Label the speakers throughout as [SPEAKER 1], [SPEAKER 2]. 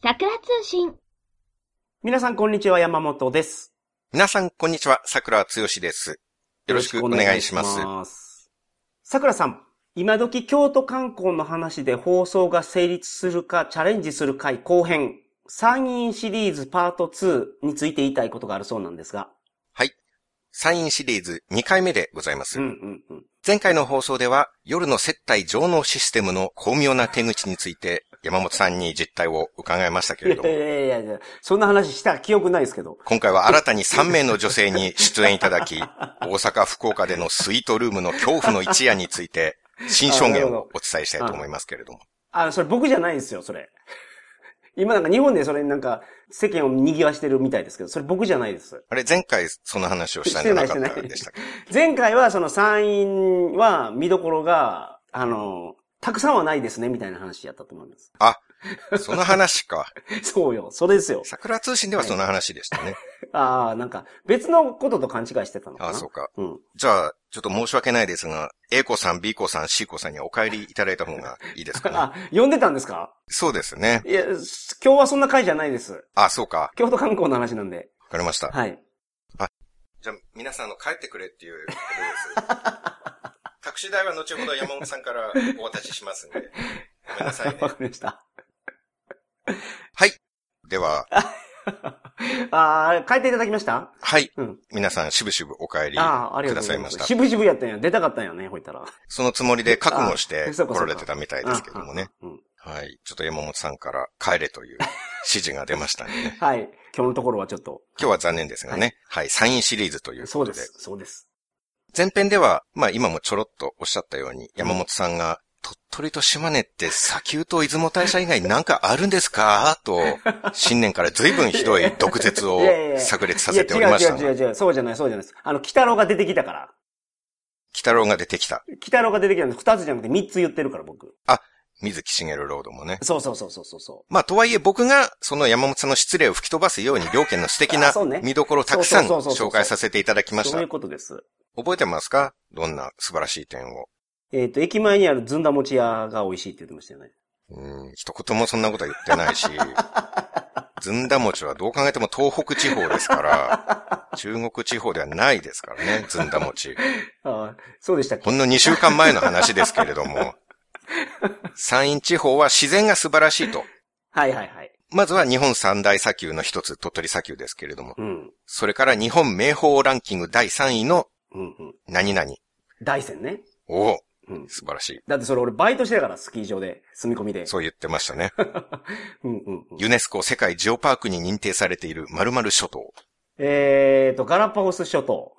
[SPEAKER 1] 通信。
[SPEAKER 2] 皆さん、こんにちは。山本です。
[SPEAKER 3] 皆さん、こんにちは。桜つよしです。よろしくお願いします。
[SPEAKER 2] す。さくらさん、今時京都観光の話で放送が成立するかチャレンジする回後編、参議院シリーズパート2について言いたいことがあるそうなんですが。
[SPEAKER 3] サインシリーズ2回目でございます。
[SPEAKER 2] うんうんうん。
[SPEAKER 3] 前回の放送では、夜の接待上納システムの巧妙な手口について、山本さんに実態を伺いましたけ
[SPEAKER 2] いや
[SPEAKER 3] れ
[SPEAKER 2] い
[SPEAKER 3] ど も、
[SPEAKER 2] やいやいや、そんな話した記憶ないですけど。
[SPEAKER 3] 今回は新たに3名の女性に出演いただき、大阪、福岡でのスイートルームの恐怖の一夜について、新証言をお伝えしたいと思いますけれども。
[SPEAKER 2] あ、それ僕じゃないんですよ、それ。 今なんか日本でそれなんか世間を賑わしてるみたいですけど、それ僕じゃないです。
[SPEAKER 3] あれ、前回その話をしたんじゃなかったでしたっけ
[SPEAKER 2] 前回はその参院は見どころが、あの、たくさんはないですね、みたいな話やったと思います。
[SPEAKER 3] その話か。
[SPEAKER 2] そうよ、それですよ。
[SPEAKER 3] 桜通信ではその話でしたね。
[SPEAKER 2] ああ、なんか別のことと勘違いしてたのかな。
[SPEAKER 3] ああ、そうか。
[SPEAKER 2] うん。
[SPEAKER 3] じゃあ、ちょっと申し訳ないですが、A 子さん、B 子さん、C 子さんにはお帰りいただいた方がいいです かね。
[SPEAKER 2] あ、呼んでたんですか
[SPEAKER 3] そうですね。
[SPEAKER 2] いや、す今日はそんな回じゃないです。
[SPEAKER 3] あ、そうか。わ
[SPEAKER 2] 京都観光の話なんで。
[SPEAKER 3] かりました。
[SPEAKER 2] はい。
[SPEAKER 3] じゃあ、皆さんの帰ってくれっていうことです。タ クシー代は後ほど山本さんからお渡ししますんで。ごめん なさいね
[SPEAKER 2] わかりました。
[SPEAKER 3] では、
[SPEAKER 2] ああ、帰っていただきました
[SPEAKER 3] はい。
[SPEAKER 2] うん
[SPEAKER 3] 皆さん、しぶしぶお帰り。
[SPEAKER 2] ああ、ありがとうございます。渋々やったんや。出たかったんやね、ほいたら。
[SPEAKER 3] そのつもりで覚悟し
[SPEAKER 2] あ
[SPEAKER 3] て
[SPEAKER 2] そうか
[SPEAKER 3] 来
[SPEAKER 2] そう
[SPEAKER 3] ら
[SPEAKER 2] か
[SPEAKER 3] れてたみたいですけどもね。
[SPEAKER 2] うん。うん。
[SPEAKER 3] はい。ちょっと山本さんから帰れという指示が出ましたんでね
[SPEAKER 2] はい。今日のところはちょっと。
[SPEAKER 3] 今日は残念ですがね。はい。サインシリーズという
[SPEAKER 2] そ
[SPEAKER 3] こ
[SPEAKER 2] う
[SPEAKER 3] と
[SPEAKER 2] で
[SPEAKER 3] で。
[SPEAKER 2] す。そうです。
[SPEAKER 3] 前編では、まあ今もちょろっとおっしゃったように、山本さんが、鳥取と島根って砂丘と出雲大社以外になんかあるんですかと、 新年から随分ひどい毒舌を
[SPEAKER 2] いやいやいや
[SPEAKER 3] 炸裂させておりました
[SPEAKER 2] いや、違う違
[SPEAKER 3] が。
[SPEAKER 2] う違う。そうじゃない、そうじゃないです。あの、北郎が出てきたから。
[SPEAKER 3] 北郎が出てきた。
[SPEAKER 2] 北郎が出てきたの二つじゃなくて三つ言ってるから、僕。
[SPEAKER 3] 水木しげるロードもね。
[SPEAKER 2] そうそうそうそうそうそう。
[SPEAKER 3] まあ、とはいえ僕がその山本さんの失礼を吹き飛ばすように両県の素敵な
[SPEAKER 2] あそうね
[SPEAKER 3] 見どころをたくさん
[SPEAKER 2] そうそうそうそう
[SPEAKER 3] 紹介させていただきまし
[SPEAKER 2] そうい
[SPEAKER 3] た
[SPEAKER 2] う。ことです。
[SPEAKER 3] 覚えてますかどんな素晴らしい点を。
[SPEAKER 2] えっ、と、駅前にあるずんだ餅屋が美味しいって言ってましたよね。
[SPEAKER 3] うん、一言もそんなことは言ってないし、ずんだ餅はどう考えても東北地方ですから、中国地方ではないですからね、ずんだ餅。
[SPEAKER 2] ああ、そうでしたっけ
[SPEAKER 3] ほんの2週間前の話ですけれども、山陰地方は自然が素晴らしいと。
[SPEAKER 2] はいはいはい。
[SPEAKER 3] まずは日本三大砂丘の一つ、鳥取砂丘ですけれども、
[SPEAKER 2] うん。
[SPEAKER 3] それから日本名峰ランキング第3位の
[SPEAKER 2] うんうん。
[SPEAKER 3] 何々。
[SPEAKER 2] 大山ね。
[SPEAKER 3] おお、
[SPEAKER 2] うん。
[SPEAKER 3] 素晴らしい。
[SPEAKER 2] だってそれ俺バイトしてたから、スキー場で、住み込みで。
[SPEAKER 3] そう言ってましたね。
[SPEAKER 2] うんうんうん。
[SPEAKER 3] ユネスコ世界ジオパークに認定されている〇〇諸島。
[SPEAKER 2] えっ、と、ガラパゴス諸島。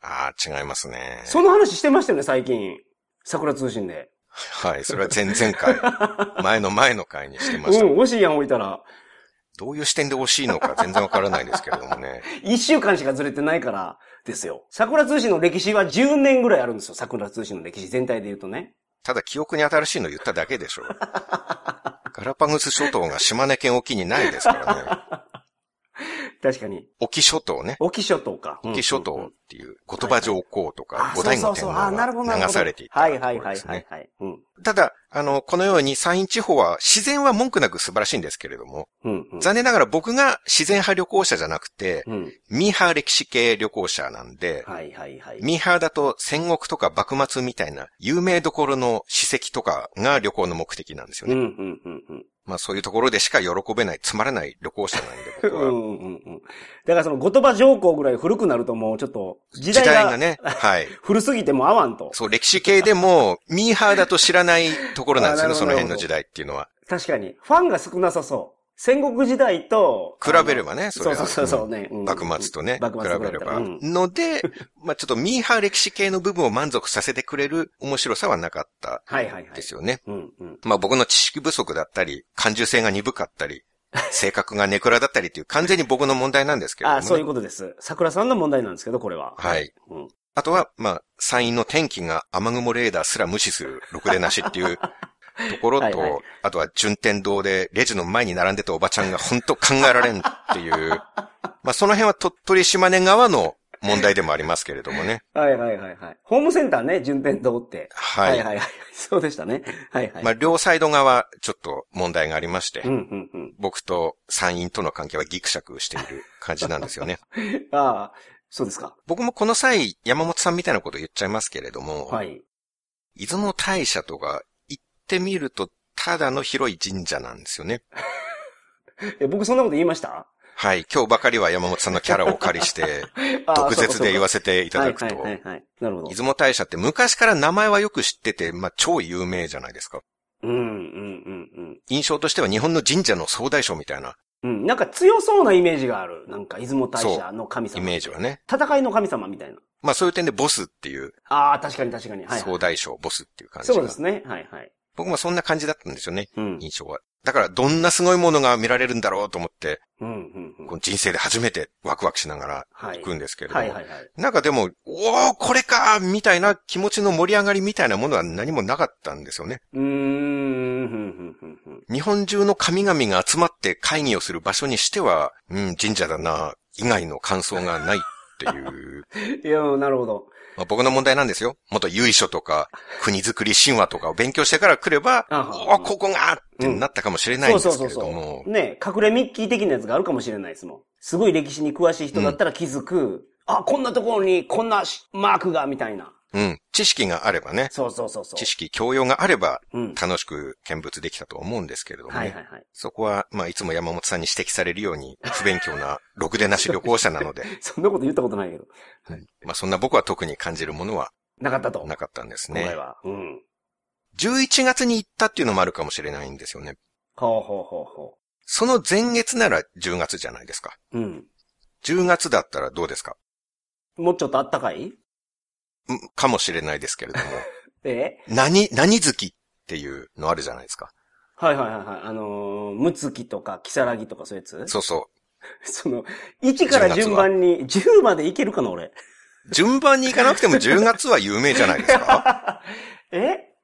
[SPEAKER 3] ああ、違いますね。
[SPEAKER 2] その話してましたよね、最近。桜通信で。
[SPEAKER 3] はい、それは前々 回、前の前の回にしてました。
[SPEAKER 2] うん、惜しいやん置いたら。
[SPEAKER 3] どういう視点で惜しいのか全然わからないですけれどもね。
[SPEAKER 2] 一週間しかずれてないからですよ。桜通信の歴史は10年ぐらいあるんですよ。桜通信の歴史全体で言うとね。
[SPEAKER 3] ただ記憶に新しいの言っただけでし ょう。ガラパゴス諸島が島根県沖にないですからね。
[SPEAKER 2] 確かに。
[SPEAKER 3] 沖諸島ね。
[SPEAKER 2] 沖諸島か。
[SPEAKER 3] 沖諸
[SPEAKER 2] うんうんう
[SPEAKER 3] 島
[SPEAKER 2] ん
[SPEAKER 3] っていう言葉上皇と
[SPEAKER 2] あ
[SPEAKER 3] か五代の天
[SPEAKER 2] そうそうそう
[SPEAKER 3] 皇
[SPEAKER 2] あなるほどなる
[SPEAKER 3] が
[SPEAKER 2] ほ
[SPEAKER 3] 流
[SPEAKER 2] ど
[SPEAKER 3] されていた
[SPEAKER 2] はい
[SPEAKER 3] と
[SPEAKER 2] はい
[SPEAKER 3] ころ
[SPEAKER 2] は
[SPEAKER 3] で
[SPEAKER 2] い
[SPEAKER 3] す
[SPEAKER 2] はい
[SPEAKER 3] ね。
[SPEAKER 2] はい。うん。
[SPEAKER 3] ただ、あの、このように山陰地方は自然は文句なく素晴らしいんですけれども、
[SPEAKER 2] うん、うん。
[SPEAKER 3] 残念ながら僕が自然派旅行者じゃなくて、
[SPEAKER 2] うん。
[SPEAKER 3] ミーハー歴史系旅行者なんで、
[SPEAKER 2] はいはいはい。
[SPEAKER 3] ミーハーだと戦国とか幕末みたいな有名どころの史跡とかが旅行の目的なんですよ
[SPEAKER 2] うんう
[SPEAKER 3] ね。
[SPEAKER 2] んうんうん。
[SPEAKER 3] まあそういうところでしか喜べない、つまらない旅行者なんで
[SPEAKER 2] う
[SPEAKER 3] 僕
[SPEAKER 2] ん
[SPEAKER 3] は。
[SPEAKER 2] うんうんうん。だからその言葉上皇ぐらい古くなるともうちょっと時
[SPEAKER 3] 時
[SPEAKER 2] 代
[SPEAKER 3] 代
[SPEAKER 2] が
[SPEAKER 3] がね、はい。
[SPEAKER 2] 古すぎても合わんと。
[SPEAKER 3] そう、歴史系でも、ミーハーだと知らないところなんですよね、
[SPEAKER 2] あなる
[SPEAKER 3] そ
[SPEAKER 2] ほど
[SPEAKER 3] の辺の時代っていうのは。
[SPEAKER 2] 確かに。ファンが少なさそう。戦国時代と。
[SPEAKER 3] 比べればね、そ
[SPEAKER 2] そ
[SPEAKER 3] れ
[SPEAKER 2] う
[SPEAKER 3] は。
[SPEAKER 2] そうそうそうね。うん
[SPEAKER 3] 幕末とね、比
[SPEAKER 2] 幕末と
[SPEAKER 3] べれば。
[SPEAKER 2] うん
[SPEAKER 3] ので、まあちょっとミーハー歴史系の部分を満足させてくれる面白さはなかった
[SPEAKER 2] はいはいはい。
[SPEAKER 3] ですよね。
[SPEAKER 2] うんうん。
[SPEAKER 3] まあ僕の知識不足だったり、感受性が鈍かっ たり、性格がネクラだったりっていう完全に僕の問題なんですけれども、
[SPEAKER 2] あ、
[SPEAKER 3] ね。
[SPEAKER 2] そういうことです。桜さんの問題なんですけど、これは。
[SPEAKER 3] はい。
[SPEAKER 2] うん
[SPEAKER 3] あとは、まあ、山陰の天気が雨雲レーダーすら無視する、ろくでなしっ ていうところと、
[SPEAKER 2] はいはい
[SPEAKER 3] あとは順天堂でレジの前に並んで たおばちゃんが本当考えられんっていう、まあその辺は鳥取島根側の問題でもありますけれどもね。
[SPEAKER 2] はいはいはいはい。ホームセンターね、順天堂って。
[SPEAKER 3] はい。
[SPEAKER 2] はいはい。そうでしたね。はいはい。
[SPEAKER 3] まあ、両サイド側、ちょっと問題がありまして、
[SPEAKER 2] うんうんうん。
[SPEAKER 3] 僕と参院との関係はギクシャクしている感じなんですよね。
[SPEAKER 2] ああ、そうですか。
[SPEAKER 3] 僕もこの際、山本さんみたいなこと言っちゃいますけれども、
[SPEAKER 2] はい。
[SPEAKER 3] 出雲大社とか行ってみると、ただの広い神社なんですよね。
[SPEAKER 2] え、僕そんなこと言いました
[SPEAKER 3] はい。今日ばかりは山本さんのキャラをお借 りして、 毒舌で言わ
[SPEAKER 2] せ
[SPEAKER 3] せていただく
[SPEAKER 2] はいは
[SPEAKER 3] と
[SPEAKER 2] い、はいはい。なるほど
[SPEAKER 3] 出。雲大社って昔から名前はよく知ってて、まあ超有名じゃないですか。
[SPEAKER 2] うんうんうんうん。
[SPEAKER 3] 印象としては日本の神社の総大将みたいな
[SPEAKER 2] うん、なんか強そうなイメージがある。なんか、出雲大社の神様。
[SPEAKER 3] イメージはね。
[SPEAKER 2] 戦いの神様みたいな。
[SPEAKER 3] まあそういう点でボスっていう、
[SPEAKER 2] ああ、確かに確かに。はい、はい。
[SPEAKER 3] 総大将ボスっていう感じが。
[SPEAKER 2] そうですね。はいはい。
[SPEAKER 3] 僕もそんな感じだったんですよね、
[SPEAKER 2] うん。
[SPEAKER 3] 印象は。だからどんなすごいものが見られるんだろうと思って、
[SPEAKER 2] うんうんうん
[SPEAKER 3] この人生で初めてワクワクしながら
[SPEAKER 2] はい
[SPEAKER 3] 行くんですけれども。
[SPEAKER 2] はいはいはい。
[SPEAKER 3] なんかでも、おーこれかみたいな気持ちの盛り上がりみたいなものは何もなかったんですよね。
[SPEAKER 2] うーん、ふんふんふんふん。
[SPEAKER 3] 日本中の神々が集まって会議をする場所にしては、うん、神社だな、以外の感想がないって いう、
[SPEAKER 2] いや、なるほど。
[SPEAKER 3] まあ、僕の問題なんですよ。もっと由緒とか、国づくり神話とかを勉強してから来れば、
[SPEAKER 2] あ
[SPEAKER 3] おーここがってなったかもしれないん
[SPEAKER 2] そう
[SPEAKER 3] です
[SPEAKER 2] そうそ
[SPEAKER 3] け
[SPEAKER 2] う
[SPEAKER 3] れども
[SPEAKER 2] そう。、ね隠れミッキー的なやつがあるかもしれないですもん。すごい歴史に詳しい人だったら気づく、あ、こんなところにこんなしマークが、みたいな。
[SPEAKER 3] うん、知識があればね、
[SPEAKER 2] そうそうそうそう。
[SPEAKER 3] 知識教養があれば、
[SPEAKER 2] うん。
[SPEAKER 3] 楽しく見物できたと思うんですけれどもね。
[SPEAKER 2] はいはいはい。
[SPEAKER 3] そこは、まあ、いつも山本さんに指摘されるように、不勉強な、 ろくでなし旅行者 なので、
[SPEAKER 2] そんなこと言ったことないけど。
[SPEAKER 3] まあ、そんな僕は特に感じるものは
[SPEAKER 2] なかったと。
[SPEAKER 3] なかったんです
[SPEAKER 2] 今
[SPEAKER 3] ね
[SPEAKER 2] 回。は。うん。
[SPEAKER 3] 11月に行ったっていうのもあるかもしれないんですよね。
[SPEAKER 2] ほうほうほうほ
[SPEAKER 3] その前月なら10月じゃないですか。
[SPEAKER 2] う。うん。
[SPEAKER 3] 10月だったらどうですか
[SPEAKER 2] もうちょっとあったかい
[SPEAKER 3] うんかもしれないですけれども。
[SPEAKER 2] え
[SPEAKER 3] 何、何月っていうのあるじゃないですか。
[SPEAKER 2] はいはいはいはい。あのー、ムツキとか、キサラギとかそういうやつ
[SPEAKER 3] そうそ
[SPEAKER 2] その、1から順番に、10までいけるかな、俺。
[SPEAKER 3] う。順番に行かなくても10月は有名じゃないで すか。
[SPEAKER 2] え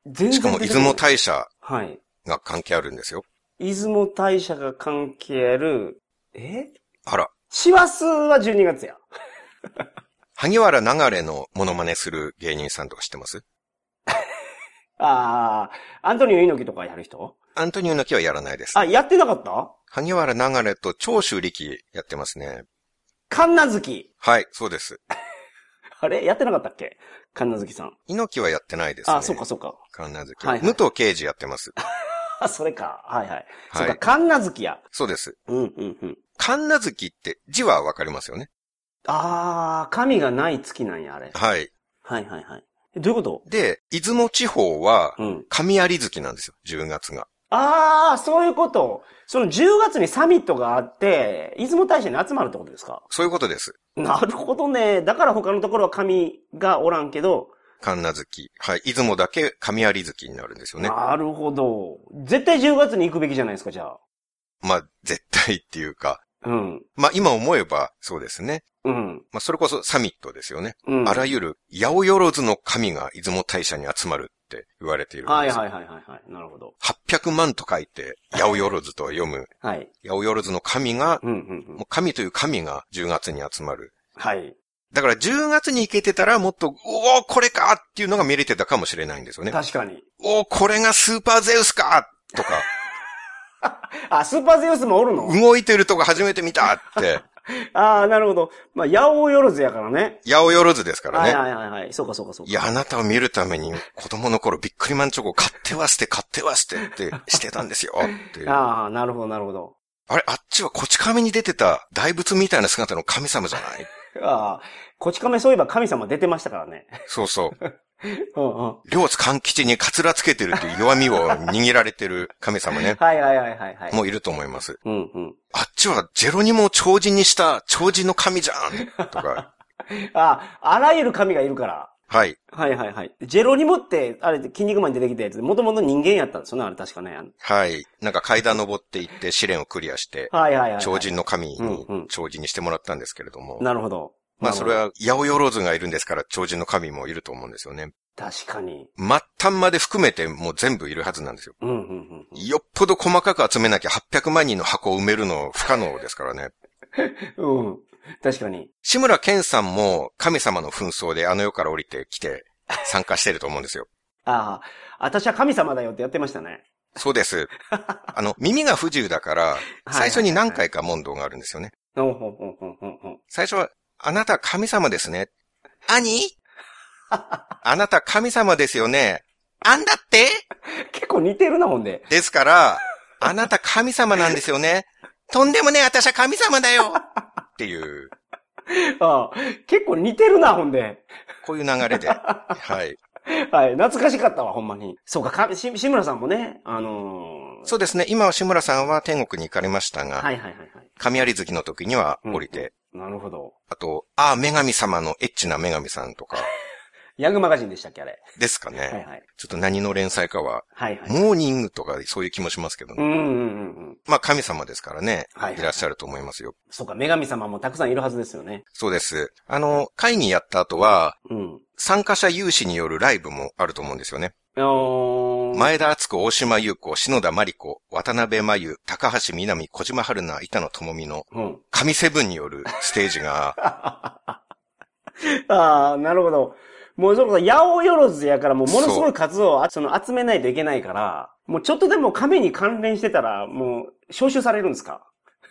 [SPEAKER 2] 全然
[SPEAKER 3] しかも
[SPEAKER 2] 出
[SPEAKER 3] 出
[SPEAKER 2] てこない
[SPEAKER 3] 雲大社
[SPEAKER 2] はい。
[SPEAKER 3] が関係あるんですよ。
[SPEAKER 2] 出雲大社が関係ある、え
[SPEAKER 3] あら、
[SPEAKER 2] 師走は12月や。
[SPEAKER 3] 萩原流れのモノマネする芸人さんとか知ってます
[SPEAKER 2] ああ、アントニオ猪木とかやる人
[SPEAKER 3] アントニオ猪木はやらないです。
[SPEAKER 2] あ、やってなかった
[SPEAKER 3] 萩原流れと長州力やってますね。
[SPEAKER 2] 神奈月。
[SPEAKER 3] はい、そうです。
[SPEAKER 2] あれやってなかったっけ神奈月さん。
[SPEAKER 3] 猪木はやってないですね。
[SPEAKER 2] あ、そうかそうか。
[SPEAKER 3] 神奈月。
[SPEAKER 2] はいはい
[SPEAKER 3] 武藤敬司やってます。
[SPEAKER 2] あ、それか。はいはい。そ
[SPEAKER 3] は
[SPEAKER 2] うか、
[SPEAKER 3] い。
[SPEAKER 2] 神奈月や。
[SPEAKER 3] そうです。
[SPEAKER 2] うんうんうん。
[SPEAKER 3] 神奈月って字はわかりますよね。
[SPEAKER 2] あー、神がない月なんや、あれ。
[SPEAKER 3] はい。
[SPEAKER 2] はいはいはい。えどういうこと
[SPEAKER 3] で、出雲地方は、
[SPEAKER 2] うん。
[SPEAKER 3] 神有月なんですよ、10月が。
[SPEAKER 2] あー、そういうこと。その10月にサミットがあって、出雲大社に集まるってことですか
[SPEAKER 3] そういうことです。
[SPEAKER 2] なるほどね。だから他のところは神がおらんけど、
[SPEAKER 3] 神奈月。はい。出雲だけ神有月になるんですよね。
[SPEAKER 2] なるほど。絶対10月に行くべきじゃないですか、じゃあ。
[SPEAKER 3] まあ、絶対っていうか、
[SPEAKER 2] うん。
[SPEAKER 3] まあ今思えば、そうですね。
[SPEAKER 2] うん。
[SPEAKER 3] まあそれこそサミットですよね。
[SPEAKER 2] うん。
[SPEAKER 3] あらゆる、八百万の神が出雲大社に集まるって言われているんです。
[SPEAKER 2] はいはいはいはいはい。なるほど。
[SPEAKER 3] 800万と書いて、八百万と読む、
[SPEAKER 2] はい。
[SPEAKER 3] 八百万の神が、
[SPEAKER 2] うんうんうん
[SPEAKER 3] もう。神という神が10月に集まる。
[SPEAKER 2] はい。
[SPEAKER 3] だから10月に行けてたらもっと、おおこれかっていうのが見れてたかもしれないんですよね。
[SPEAKER 2] 確かに。
[SPEAKER 3] おおこれがスーパーゼウスかとか、
[SPEAKER 2] あ、スーパーゼウスもおるの
[SPEAKER 3] 動いてるとこ初めて見たって、
[SPEAKER 2] あー、なるほど。まあ、八百万やからね。
[SPEAKER 3] 八百万ですから
[SPEAKER 2] はい
[SPEAKER 3] ね。
[SPEAKER 2] はいはいはい。そうかそうかそうか。
[SPEAKER 3] いや、あなたを見るために、子供の頃、びっくりマンチョコを買っては捨て、買っては捨てってしてたんですよ。っていう
[SPEAKER 2] ああ、なるほど、なるほど。
[SPEAKER 3] あれ、あっちはこち亀に出てた大仏みたいな姿の神様じゃない
[SPEAKER 2] ああ、こち亀そういえば神様出てましたからね。
[SPEAKER 3] そうそう。
[SPEAKER 2] うんうん。
[SPEAKER 3] 両津勘吉にカツラつけてるっていう弱みを握られてる神様ね。
[SPEAKER 2] はいはいはいはいはい。
[SPEAKER 3] もういると思います。
[SPEAKER 2] うんうん。
[SPEAKER 3] あっちはジェロニモを超人にした超人の神じゃんとか。
[SPEAKER 2] ああ、あらゆる神がいるから。
[SPEAKER 3] はい。
[SPEAKER 2] はいはいはい。ジェロニモって、あれ、筋肉マンに出てきたやつで、もともと人間やったんですよね、あれ確かね。あの
[SPEAKER 3] はい。なんか階段登っていって試練をクリアして、
[SPEAKER 2] はいはいはい、はい。
[SPEAKER 3] 超人の神に
[SPEAKER 2] うんうん
[SPEAKER 3] 超人にしてもらったんですけれども。
[SPEAKER 2] なるほど。
[SPEAKER 3] まあそれ
[SPEAKER 2] なる
[SPEAKER 3] は、八百万がいるんですから超人の神もいると思うんですよね。
[SPEAKER 2] ほど。確かに。
[SPEAKER 3] 末端まで含めてもう全部いるはずなんですよ。
[SPEAKER 2] うんうんうん
[SPEAKER 3] よっぽど細かく集めなきゃ800万人の箱を埋めるの不可能ですからね。
[SPEAKER 2] うん。うん。確かに。
[SPEAKER 3] 志村けんさんも神様の紛争であの世から降りてきて参加してると思うんですよ。
[SPEAKER 2] ああ、私は神様だよってやってましたね。
[SPEAKER 3] そうです。あの、耳が不自由だから、最初に何回か問答があるんですよね。
[SPEAKER 2] ほうほうほうほうほうほう。
[SPEAKER 3] 最初は、あなた神様ですね。兄あなた神様ですよね。あんだって
[SPEAKER 2] 結構似てるな、ほんで。
[SPEAKER 3] ですから、あなた神様なんですよね。とんでもねえ、私は神様だよっていう、
[SPEAKER 2] ああ、結構似てるな、ほんで。
[SPEAKER 3] こういう流れで。はい。
[SPEAKER 2] はい、懐かしかったわ、ほんまに。そうか、か、し、志村さんもね、あのー
[SPEAKER 3] そうですね。今は志村さんは天国に行かれましたが、
[SPEAKER 2] はいはいはいはい。
[SPEAKER 3] 神有月の時には降りて、
[SPEAKER 2] なるほど。
[SPEAKER 3] あと、ああ、女神様のエッチな女神さん とか、
[SPEAKER 2] ヤングマガジンでしたっけ、あれ。
[SPEAKER 3] ですかね。
[SPEAKER 2] はいはい。
[SPEAKER 3] ちょっと何の連載かは、
[SPEAKER 2] はいはい。
[SPEAKER 3] モーニングとかそういう気もしますけど
[SPEAKER 2] う
[SPEAKER 3] ね。
[SPEAKER 2] んうんうんうん。
[SPEAKER 3] まあ神様ですからね、
[SPEAKER 2] はいはいはい
[SPEAKER 3] いらっしゃると思いますよ。
[SPEAKER 2] そうか、女神様もたくさんいるはずですよね。
[SPEAKER 3] そうです。あの、会議やった後は、
[SPEAKER 2] うん。
[SPEAKER 3] 参加者有志によるライブもあると思うんですよね。
[SPEAKER 2] あー
[SPEAKER 3] 前田敦子、大島優子、篠田真理子、渡辺真由、高橋みなみ、小島春菜、板野友美の
[SPEAKER 2] うん。、
[SPEAKER 3] 神セブンによるステージが
[SPEAKER 2] ああ、なるほど。もうそれこそ、八百万やから、もうものすごい数をあその集めないといけないから、もうちょっとでも神に関連してたら、もう招集されるんですか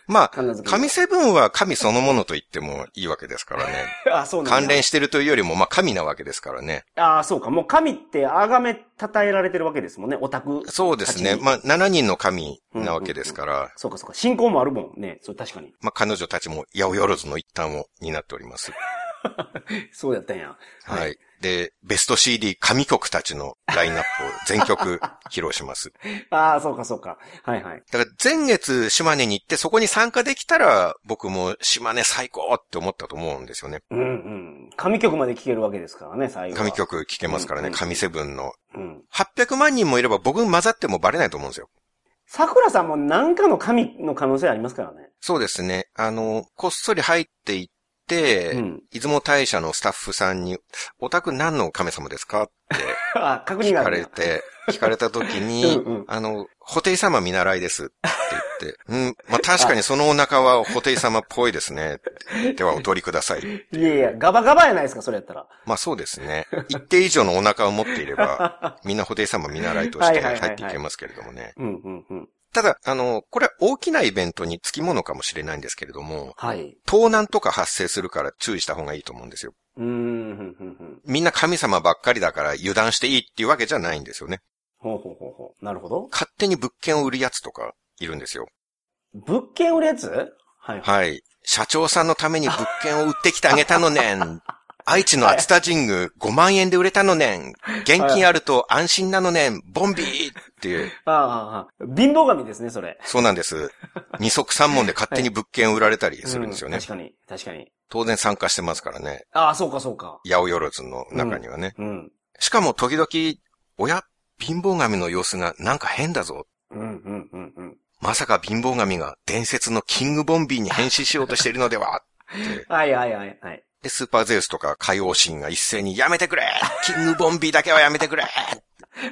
[SPEAKER 3] まあ、
[SPEAKER 2] 必ず。
[SPEAKER 3] 神セブンは神そのものと言ってもいいわけですからね。
[SPEAKER 2] あそうなんだ
[SPEAKER 3] 関連してるというよりも、まあ神なわけですからね。
[SPEAKER 2] ああ、そうか。もう神って崇め称えられてるわけですもんね、オタク。
[SPEAKER 3] そうですね。
[SPEAKER 2] 八人
[SPEAKER 3] まあ7人の神なわけですから、
[SPEAKER 2] そうかそうか。信仰もあるもんね。そう、確かに。
[SPEAKER 3] まあ彼女たちも八百万の一端を担っております。
[SPEAKER 2] そうやったんや。
[SPEAKER 3] はい。
[SPEAKER 2] はい
[SPEAKER 3] で、ベスト CD 神曲たちのラインナップを全曲披露します。
[SPEAKER 2] ああ、そうかそうか。はいはい。
[SPEAKER 3] だから前月島根に行ってそこに参加できたら僕も島根最高って思ったと思うんですよね。
[SPEAKER 2] うんうん。神曲まで聴けるわけですからね、最後は。
[SPEAKER 3] 神。曲聴けますから
[SPEAKER 2] う
[SPEAKER 3] ね、
[SPEAKER 2] ん
[SPEAKER 3] 神セブンの。
[SPEAKER 2] うん。
[SPEAKER 3] 800万人もいれば僕混ざってもバレないと思うんですよ。
[SPEAKER 2] 桜さんも何かの神の可能性ありますからね。
[SPEAKER 3] そうですね。あの、こっそり入っていって、
[SPEAKER 2] うん。
[SPEAKER 3] 出雲大社のスタッフさんに、オタク何の神様です かって
[SPEAKER 2] あ、確認
[SPEAKER 3] 聞
[SPEAKER 2] が
[SPEAKER 3] か
[SPEAKER 2] ある
[SPEAKER 3] れ
[SPEAKER 2] な。
[SPEAKER 3] て、聞かれた時に、
[SPEAKER 2] うんうん
[SPEAKER 3] あの、ホテイ様見習いですって言って、うん、まあ、確かにそのお腹はホテイ様っぽいですね。ではお取りください。
[SPEAKER 2] いやいや、ガバガバやないですか、それやったら。
[SPEAKER 3] まあそうですね。一定以上のお腹を持っていれば、みんなホテイ様見習いとして入っていけますけれどもね。
[SPEAKER 2] うんうんうん。
[SPEAKER 3] ただ、あの、これは大きなイベントにつきものかもしれないんですけれども、
[SPEAKER 2] はい。
[SPEAKER 3] 盗難とか発生するから注意した方がいいと思うんですよ。
[SPEAKER 2] うーん、ふんふんふん。
[SPEAKER 3] みんな神様ばっかりだから油断していいっていうわけじゃないんですよね。
[SPEAKER 2] ほうほうほうほう。なるほど。
[SPEAKER 3] 勝手に物件を売るやつとかいるんですよ。
[SPEAKER 2] 物件売るやつはい。
[SPEAKER 3] はい。社長さんのために物件を売ってきてあげたのねん。愛知の熱田神宮5万円で売れたのねん。現金あると安心なのねん。ボンビーっていう。
[SPEAKER 2] ああああ、ああ貧乏神ですね、それ。
[SPEAKER 3] そうなんです。二足三門で勝手に物件を売られたりするんですよね。
[SPEAKER 2] う確かに、確かに。
[SPEAKER 3] 当然参加してますからね。
[SPEAKER 2] ああ、そうかそうか。
[SPEAKER 3] 八百万の中にはね。
[SPEAKER 2] うん。
[SPEAKER 3] しかも時々、おや、貧乏神の様子がなんか変だぞ。
[SPEAKER 2] うん、うん、うん、うん。
[SPEAKER 3] まさか貧乏神が伝説のキングボンビーに変身しようとしているのでは って。
[SPEAKER 2] はい、はい、はい、はい。
[SPEAKER 3] で、スーパーゼウスとか海王神が一斉にやめ てくれキングボンビーだけはやめてくれ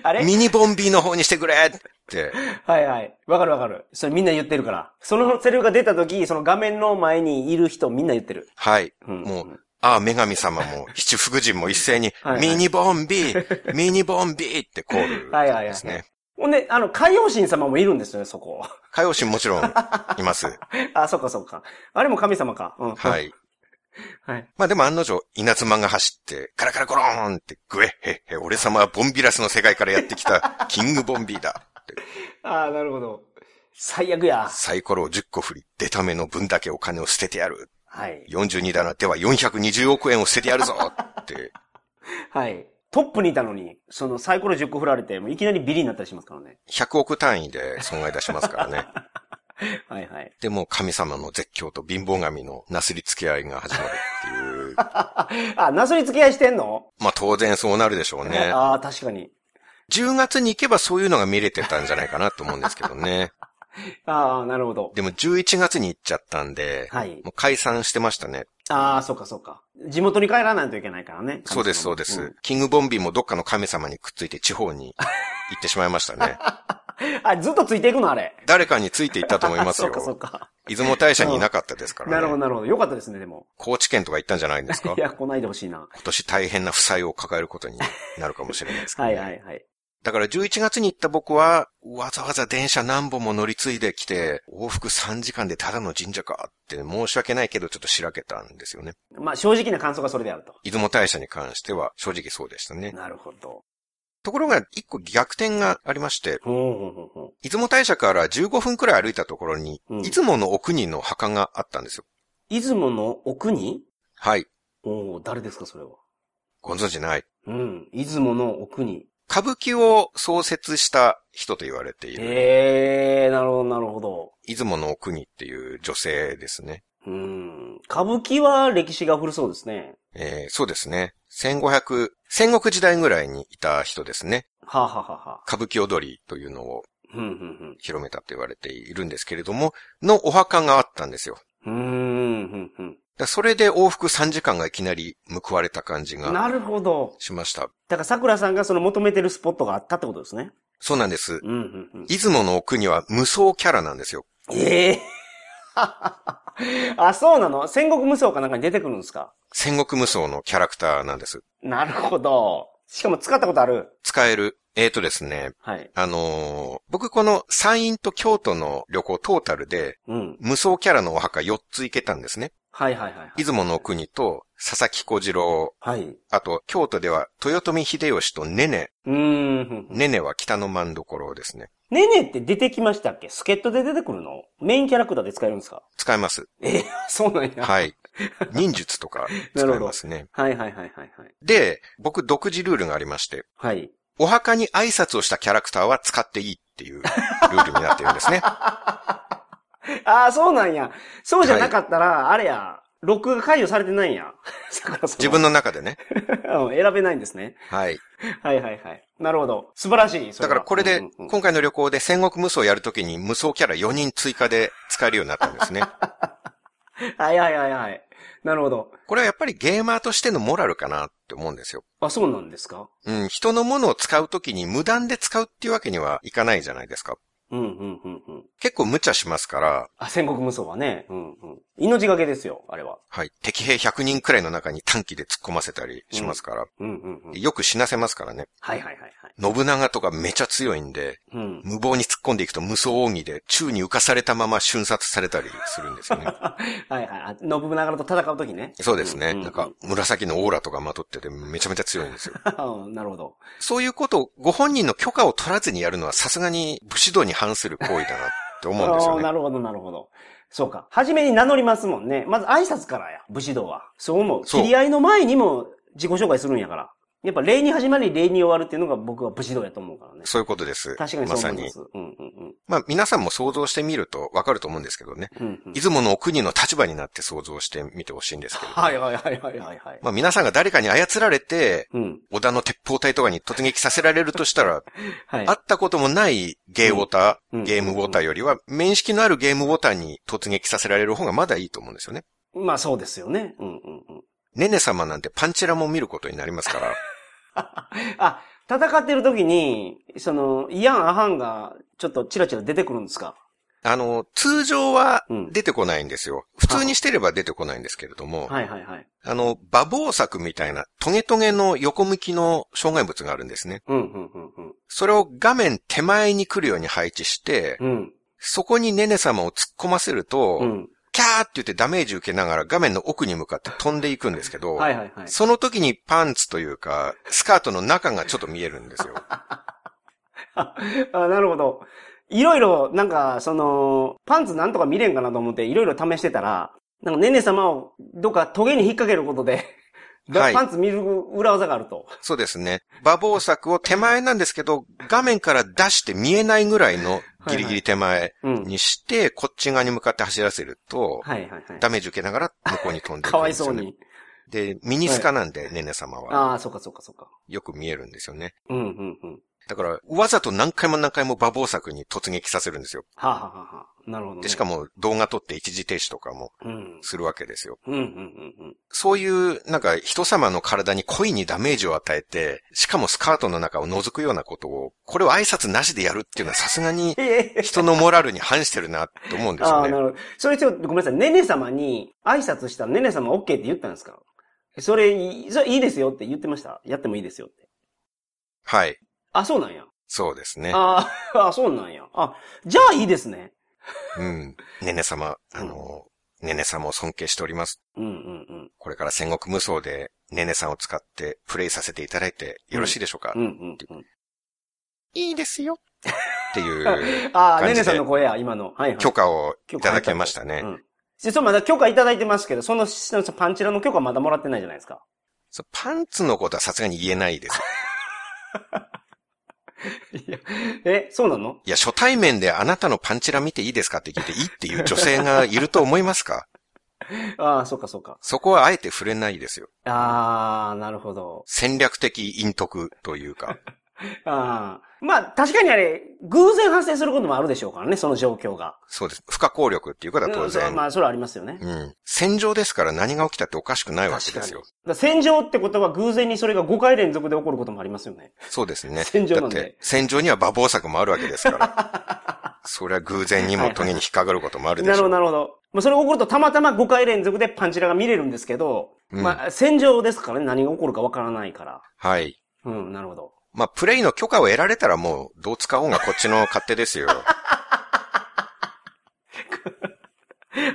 [SPEAKER 2] あれ
[SPEAKER 3] ミニボンビーの方にしてくれって。
[SPEAKER 2] はいはい。わかるわかる。それみんな言ってるから。そのセリフが出た時、その画面の前にいる人みんな言ってる。
[SPEAKER 3] はい。
[SPEAKER 2] うん
[SPEAKER 3] もう、ああ、女神様も七福神も一斉に
[SPEAKER 2] はいは、い
[SPEAKER 3] ミニボンビ ーミニボンビーってコール
[SPEAKER 2] はいはいはい。
[SPEAKER 3] ですね。
[SPEAKER 2] ほんで、あの、海王神様もいるんですよね、そこ。
[SPEAKER 3] 海王神もちろんいます。
[SPEAKER 2] あ、そっかそっか。あれも神様か。うん。
[SPEAKER 3] は。い。
[SPEAKER 2] はい。
[SPEAKER 3] まあでも案の定、稲妻が走って、カラカラコローンって、グエッヘッヘ、俺様はボンビラスの世界からやってきた、キングボンビーだ。
[SPEAKER 2] ああ、なるほど。最悪や。
[SPEAKER 3] サイコロを10個振り、出た目の分だけお金を捨ててやる。
[SPEAKER 2] はい。
[SPEAKER 3] 42だな、では420億円を捨ててやるぞって。
[SPEAKER 2] はい。トップにいたのに、そのサイコロ10個振られて、もういきなりビリになったりしますからね。
[SPEAKER 3] 100億単位で損害出しますからね。
[SPEAKER 2] はいはい。
[SPEAKER 3] でもう神様の絶叫と貧乏神のなすり付け合いが始まるっていう。
[SPEAKER 2] あ、なすり付き合いしてんの
[SPEAKER 3] まあ当然そうなるでしょうね。
[SPEAKER 2] ああ、確かに。
[SPEAKER 3] 10月に行けばそういうのが見れてたんじゃないかなと思うんですけどね。
[SPEAKER 2] ああ、なるほど。
[SPEAKER 3] でも11月に行っちゃったんで、
[SPEAKER 2] はい
[SPEAKER 3] もう解散してましたね。
[SPEAKER 2] ああ、そうかそうか。地元に帰らないといけないからね。
[SPEAKER 3] そうです、そうで
[SPEAKER 2] ん
[SPEAKER 3] す。キングボンビーもどっかの神様にくっついて地方に行ってしまいましたね。
[SPEAKER 2] あ、ずっとついていくのあれ。
[SPEAKER 3] 誰かについていったと思います
[SPEAKER 2] あそうか、そう
[SPEAKER 3] よ。
[SPEAKER 2] か。
[SPEAKER 3] 出雲大社にいなかったですからね。
[SPEAKER 2] なるほど、なるほど。よかったですね、でも。
[SPEAKER 3] 高知県とか行ったんじゃないんですか
[SPEAKER 2] い
[SPEAKER 3] 今
[SPEAKER 2] や、来ないでほしいな。
[SPEAKER 3] 年大変な負債を抱えることになるかもしれないですけど、
[SPEAKER 2] は
[SPEAKER 3] ね。
[SPEAKER 2] いはいはい。
[SPEAKER 3] だから11月に行った僕は、わざわざ電車何本も乗り継いできて、往復3時間でただの神社かって申し訳ないけどちょっとしらけたんですよね。
[SPEAKER 2] まあ、正直な感想がそれであると。
[SPEAKER 3] 出雲大社に関しては正直そうでしたね。
[SPEAKER 2] なるほど。
[SPEAKER 3] ところが一個逆転がありまして、
[SPEAKER 2] ほうほうほうほ
[SPEAKER 3] 出雲大社から15分くらい歩いたところに、
[SPEAKER 2] うん
[SPEAKER 3] 出雲の奥にの墓があったんですよ。
[SPEAKER 2] う。出雲の奥に
[SPEAKER 3] はい。
[SPEAKER 2] おお誰ですか、それは。
[SPEAKER 3] ご存知ない。
[SPEAKER 2] うん。出雲の奥に。
[SPEAKER 3] 歌舞伎を創設した人と言われている、
[SPEAKER 2] ええー、なるほど、なるほど。
[SPEAKER 3] 出雲の奥にっていう女性ですね。
[SPEAKER 2] うん。歌舞伎は歴史が古そうですね。
[SPEAKER 3] えーそうですね。1500、戦国時代ぐらいにいた人ですね。
[SPEAKER 2] はあ、はあはあはあ、
[SPEAKER 3] 歌舞伎踊りというのを
[SPEAKER 2] ふんふん
[SPEAKER 3] 広めたと言われているんですけれども、のお墓があったんですよ。
[SPEAKER 2] ふん。うーん、ふんふん。
[SPEAKER 3] だそれで往復3時間がいきなり報われた感じが
[SPEAKER 2] なるほど。
[SPEAKER 3] しました。
[SPEAKER 2] だから桜さんがその求めてるスポットがあったってことですね。
[SPEAKER 3] そうなんです。
[SPEAKER 2] うん、うん、うん。
[SPEAKER 3] 出雲の奥には無双キャラなんですよ。
[SPEAKER 2] ええ あ、そうなの戦国無双かなんかに出てくるんですか
[SPEAKER 3] 戦国無双のキャラクターなんです。
[SPEAKER 2] なるほど。しかも使ったことある。
[SPEAKER 3] 使える。えーとですね、
[SPEAKER 2] はい。
[SPEAKER 3] あのー僕この山陰と京都の旅行トータルで
[SPEAKER 2] うん。
[SPEAKER 3] 無双キャラのお墓4つ行けたんですね。
[SPEAKER 2] はいはいはい、はい。
[SPEAKER 3] 出雲の国と佐々木小次郎、
[SPEAKER 2] はい。う
[SPEAKER 3] あと京都では豊臣秀吉とねね。
[SPEAKER 2] ーん。ね
[SPEAKER 3] ねねは北の万所ですね。
[SPEAKER 2] ねねって出てきましたっけ助っ人で出てくるのメインキャラクターで使えるんですか
[SPEAKER 3] 使えます。
[SPEAKER 2] ええそうなんや。
[SPEAKER 3] はい。忍術とか使えますね。
[SPEAKER 2] はいはいはいはいはい。
[SPEAKER 3] で、僕独自ルールがありまして、
[SPEAKER 2] はい。
[SPEAKER 3] お墓に挨拶をしたキャラクターは使っていいっていうルールになっているんですね。
[SPEAKER 2] ああ、そうなんや。そうじゃなかったら、あれや、録画解除されてないん や。桜さん
[SPEAKER 3] 自分の中でね。
[SPEAKER 2] の選べないんですね。
[SPEAKER 3] はい。
[SPEAKER 2] はいはいはい。なるほど。素晴らしい。そは
[SPEAKER 3] だからこれで
[SPEAKER 2] うんうんうん、
[SPEAKER 3] 今回の旅行で戦国無双やるときに無双キャラ4人追加で使えるようになった んですね。
[SPEAKER 2] はいはいはいはい。なるほど。
[SPEAKER 3] これはやっぱりゲーマーとしてのモラルかなって思うんですよ。
[SPEAKER 2] あ、そうなんですか
[SPEAKER 3] うん、人のものを使うときに無断で使うっていうわけにはいかないじゃないですか。
[SPEAKER 2] うんうんうんうん。
[SPEAKER 3] 結構無茶しますから、
[SPEAKER 2] あ、戦国無双はね。うんうん。命がけですよ、あれは。
[SPEAKER 3] はい。敵兵100人くらいの中に短期で突っ込ませたりしますから、
[SPEAKER 2] うんうんうん。はい
[SPEAKER 3] よく死なせますからね。
[SPEAKER 2] はいはいはい。
[SPEAKER 3] 信長とかめちゃ強いんで、
[SPEAKER 2] うん。
[SPEAKER 3] 無謀に突っ込んでいくと無双奥義で宙に浮かされたまま瞬殺されたりするんですよね。
[SPEAKER 2] はいはい。あ信長と戦うときね。
[SPEAKER 3] そうです
[SPEAKER 2] う
[SPEAKER 3] ね。
[SPEAKER 2] んうんうん
[SPEAKER 3] なんか、紫のオーラとかまとっててめちゃめちゃ強いんですよ。
[SPEAKER 2] うん なるほど。
[SPEAKER 3] そういうことをご本人の許可を取らずにやるのはさすがに武士道に反する行為だなって思うんですよ
[SPEAKER 2] あー
[SPEAKER 3] ね。
[SPEAKER 2] なるほどなるほど。そうか。初めに名乗りますもんね。まず挨拶からや、武士道は。そう思う。
[SPEAKER 3] そう
[SPEAKER 2] 知り合いの前にも自己紹介するんやから。やっぱ礼に始まり礼に終わるっていうのが僕は武士道やと思うからね。
[SPEAKER 3] そういうことです。
[SPEAKER 2] 確かに
[SPEAKER 3] ま
[SPEAKER 2] そう
[SPEAKER 3] さ
[SPEAKER 2] 思いま
[SPEAKER 3] に。
[SPEAKER 2] す。うんうん
[SPEAKER 3] まあ皆さんも想像してみるとわかると思うんですけどね。
[SPEAKER 2] うん。うんうん
[SPEAKER 3] 出雲のお国の立場になって想像してみてほしいんですけれども。
[SPEAKER 2] はいはいはいはいはいはい。
[SPEAKER 3] まあ皆さんが誰かに操られて、
[SPEAKER 2] うん。
[SPEAKER 3] 織田の鉄砲隊とかに突撃させられるとしたら、
[SPEAKER 2] はい。
[SPEAKER 3] 会ったこともないゲーウォータ
[SPEAKER 2] うん
[SPEAKER 3] ー、ゲームウォーターよりは、面識のあるゲームウォーターに突撃させられる方がまだいいと思うんですよね。
[SPEAKER 2] まあそうですよね。うんうんうん。
[SPEAKER 3] ねね様なんてパンチラも見ることになりますから、
[SPEAKER 2] あ、戦ってる時に、その、イアン・アハンがちょっとチラチラ出てくるんですか
[SPEAKER 3] あの、通常は
[SPEAKER 2] うん
[SPEAKER 3] 出てこないんですよ。普通にしてれば出てこないんですけれども、
[SPEAKER 2] はいはいはい。
[SPEAKER 3] あの、馬防作みたいなトゲトゲの横向きの障害物があるんですね。
[SPEAKER 2] うんうんうんうん。
[SPEAKER 3] それを画面手前に来るように配置して、
[SPEAKER 2] うん。
[SPEAKER 3] そこにねね様を突っ込ませると、
[SPEAKER 2] うん。
[SPEAKER 3] キャーって言ってダメージ受けながら画面の奥に向かって飛んでいくんですけど、
[SPEAKER 2] はいはいはい。
[SPEAKER 3] その時にパンツというか、スカートの中がちょっと見えるんですよ。
[SPEAKER 2] あ、あなるほど。いろいろ、なんか、その、パンツなんとか見れんかなと思って、いろいろ試してたら、なんか、ねね様を、どっかトゲに引っ掛けること で、
[SPEAKER 3] はい
[SPEAKER 2] パンツ見る裏技があると。
[SPEAKER 3] そうですね。馬防作を手前なんですけど、画面から出して見えないぐらいのギリギリ手前
[SPEAKER 2] うん。
[SPEAKER 3] にして、こっち側に向かって走らせると、
[SPEAKER 2] はいはいは
[SPEAKER 3] ダメージ受けながら向こうに飛ん
[SPEAKER 2] い。
[SPEAKER 3] で
[SPEAKER 2] か
[SPEAKER 3] いくん
[SPEAKER 2] わ
[SPEAKER 3] で
[SPEAKER 2] い
[SPEAKER 3] す
[SPEAKER 2] そ
[SPEAKER 3] よ
[SPEAKER 2] う
[SPEAKER 3] ね。
[SPEAKER 2] に。
[SPEAKER 3] で、ミニスカなんで、ねね様は。
[SPEAKER 2] ああ、そうかそうかそうか。
[SPEAKER 3] よく見えるんですよね。
[SPEAKER 2] うんうんうん。
[SPEAKER 3] だから、わざと何回も何回も馬防作に突撃させるんですよ。
[SPEAKER 2] はあ、はあはあはあ、なるほど、ね。
[SPEAKER 3] で、しかも動画撮って一時停止とかも
[SPEAKER 2] うん。
[SPEAKER 3] するわけですよ。
[SPEAKER 2] うん、うん、うん、
[SPEAKER 3] そういう、なんか人様の体に故意にダメージを与えて、しかもスカートの中を覗くようなことを、これを挨拶なしでやるっていうのはさすがに
[SPEAKER 2] うん。ええ。
[SPEAKER 3] 人のモラルに反してるなと思うんです
[SPEAKER 2] あ
[SPEAKER 3] よ
[SPEAKER 2] あ、な
[SPEAKER 3] ね。
[SPEAKER 2] るほど。それちょっとごめんなさい。ねね様に挨拶したらねね様 OK って言ったんですかそれ、いそれいいですよって言ってました。やってもいいですよって。
[SPEAKER 3] はい。
[SPEAKER 2] あ、そうなんや。
[SPEAKER 3] そうですね。
[SPEAKER 2] あーあ、そうなんや。あ、じゃあいいですね。
[SPEAKER 3] うん。ねね様、あの、ねね様を尊敬しております。
[SPEAKER 2] うんうん
[SPEAKER 3] これから戦国無双で、ねねさんを使ってプレイさせていただいてよろしいでしょうか、
[SPEAKER 2] うん。うんうんうん。
[SPEAKER 3] いいですよ。っ ていう
[SPEAKER 2] ああ、ね
[SPEAKER 3] 感じで
[SPEAKER 2] ねさんの声や、今の。はいはい。
[SPEAKER 3] 許可をいただけましたね。
[SPEAKER 2] うん。でそう、まだ許可いただいてますけど、その、そのパンチラの許可まだもらってないじゃないですか。
[SPEAKER 3] そうパンツのことはさすがに言えないです。
[SPEAKER 2] いや、え、そうなの
[SPEAKER 3] いや、初対面であなたのパンチラ見ていいですかって聞いていいっていう女性がいると思いますか
[SPEAKER 2] ああ、そうかそうか。
[SPEAKER 3] そこはあえて触れないですよ。
[SPEAKER 2] ああ、なるほど。
[SPEAKER 3] 戦略的陰徳というか。
[SPEAKER 2] ああ。まあ、確かにあれ、偶然発生することもあるでしょうからね、その状況が。
[SPEAKER 3] そうです。不可抗力っていうことは
[SPEAKER 2] う
[SPEAKER 3] 当
[SPEAKER 2] んそれはま
[SPEAKER 3] 然。
[SPEAKER 2] あ、それはありますよね。
[SPEAKER 3] うん。戦場ですから何が起きたっておかしくないわ
[SPEAKER 2] 確
[SPEAKER 3] け
[SPEAKER 2] か
[SPEAKER 3] で
[SPEAKER 2] に。
[SPEAKER 3] す
[SPEAKER 2] だ
[SPEAKER 3] よ
[SPEAKER 2] か。ら戦場ってことは偶然にそれが5回連続で起こることもありますよね。
[SPEAKER 3] そうですね。
[SPEAKER 2] 戦場
[SPEAKER 3] だ
[SPEAKER 2] な
[SPEAKER 3] っ
[SPEAKER 2] んで
[SPEAKER 3] て、戦場には馬防作もあるわけですから。 それは偶然にも時に引っかかることもあるで
[SPEAKER 2] な
[SPEAKER 3] し
[SPEAKER 2] る
[SPEAKER 3] ょ
[SPEAKER 2] ほど、な
[SPEAKER 3] う。
[SPEAKER 2] るほど。まあ、それが起こるとたまたま5回連続でパンチラが見れるんですけど、
[SPEAKER 3] うん
[SPEAKER 2] まあ、戦場ですからね、何が起こるかわからないから。
[SPEAKER 3] はい。
[SPEAKER 2] うん、なるほど。
[SPEAKER 3] まあ、プレイの許可を得られたらもう、どう使おうがこっちの勝手ですよ。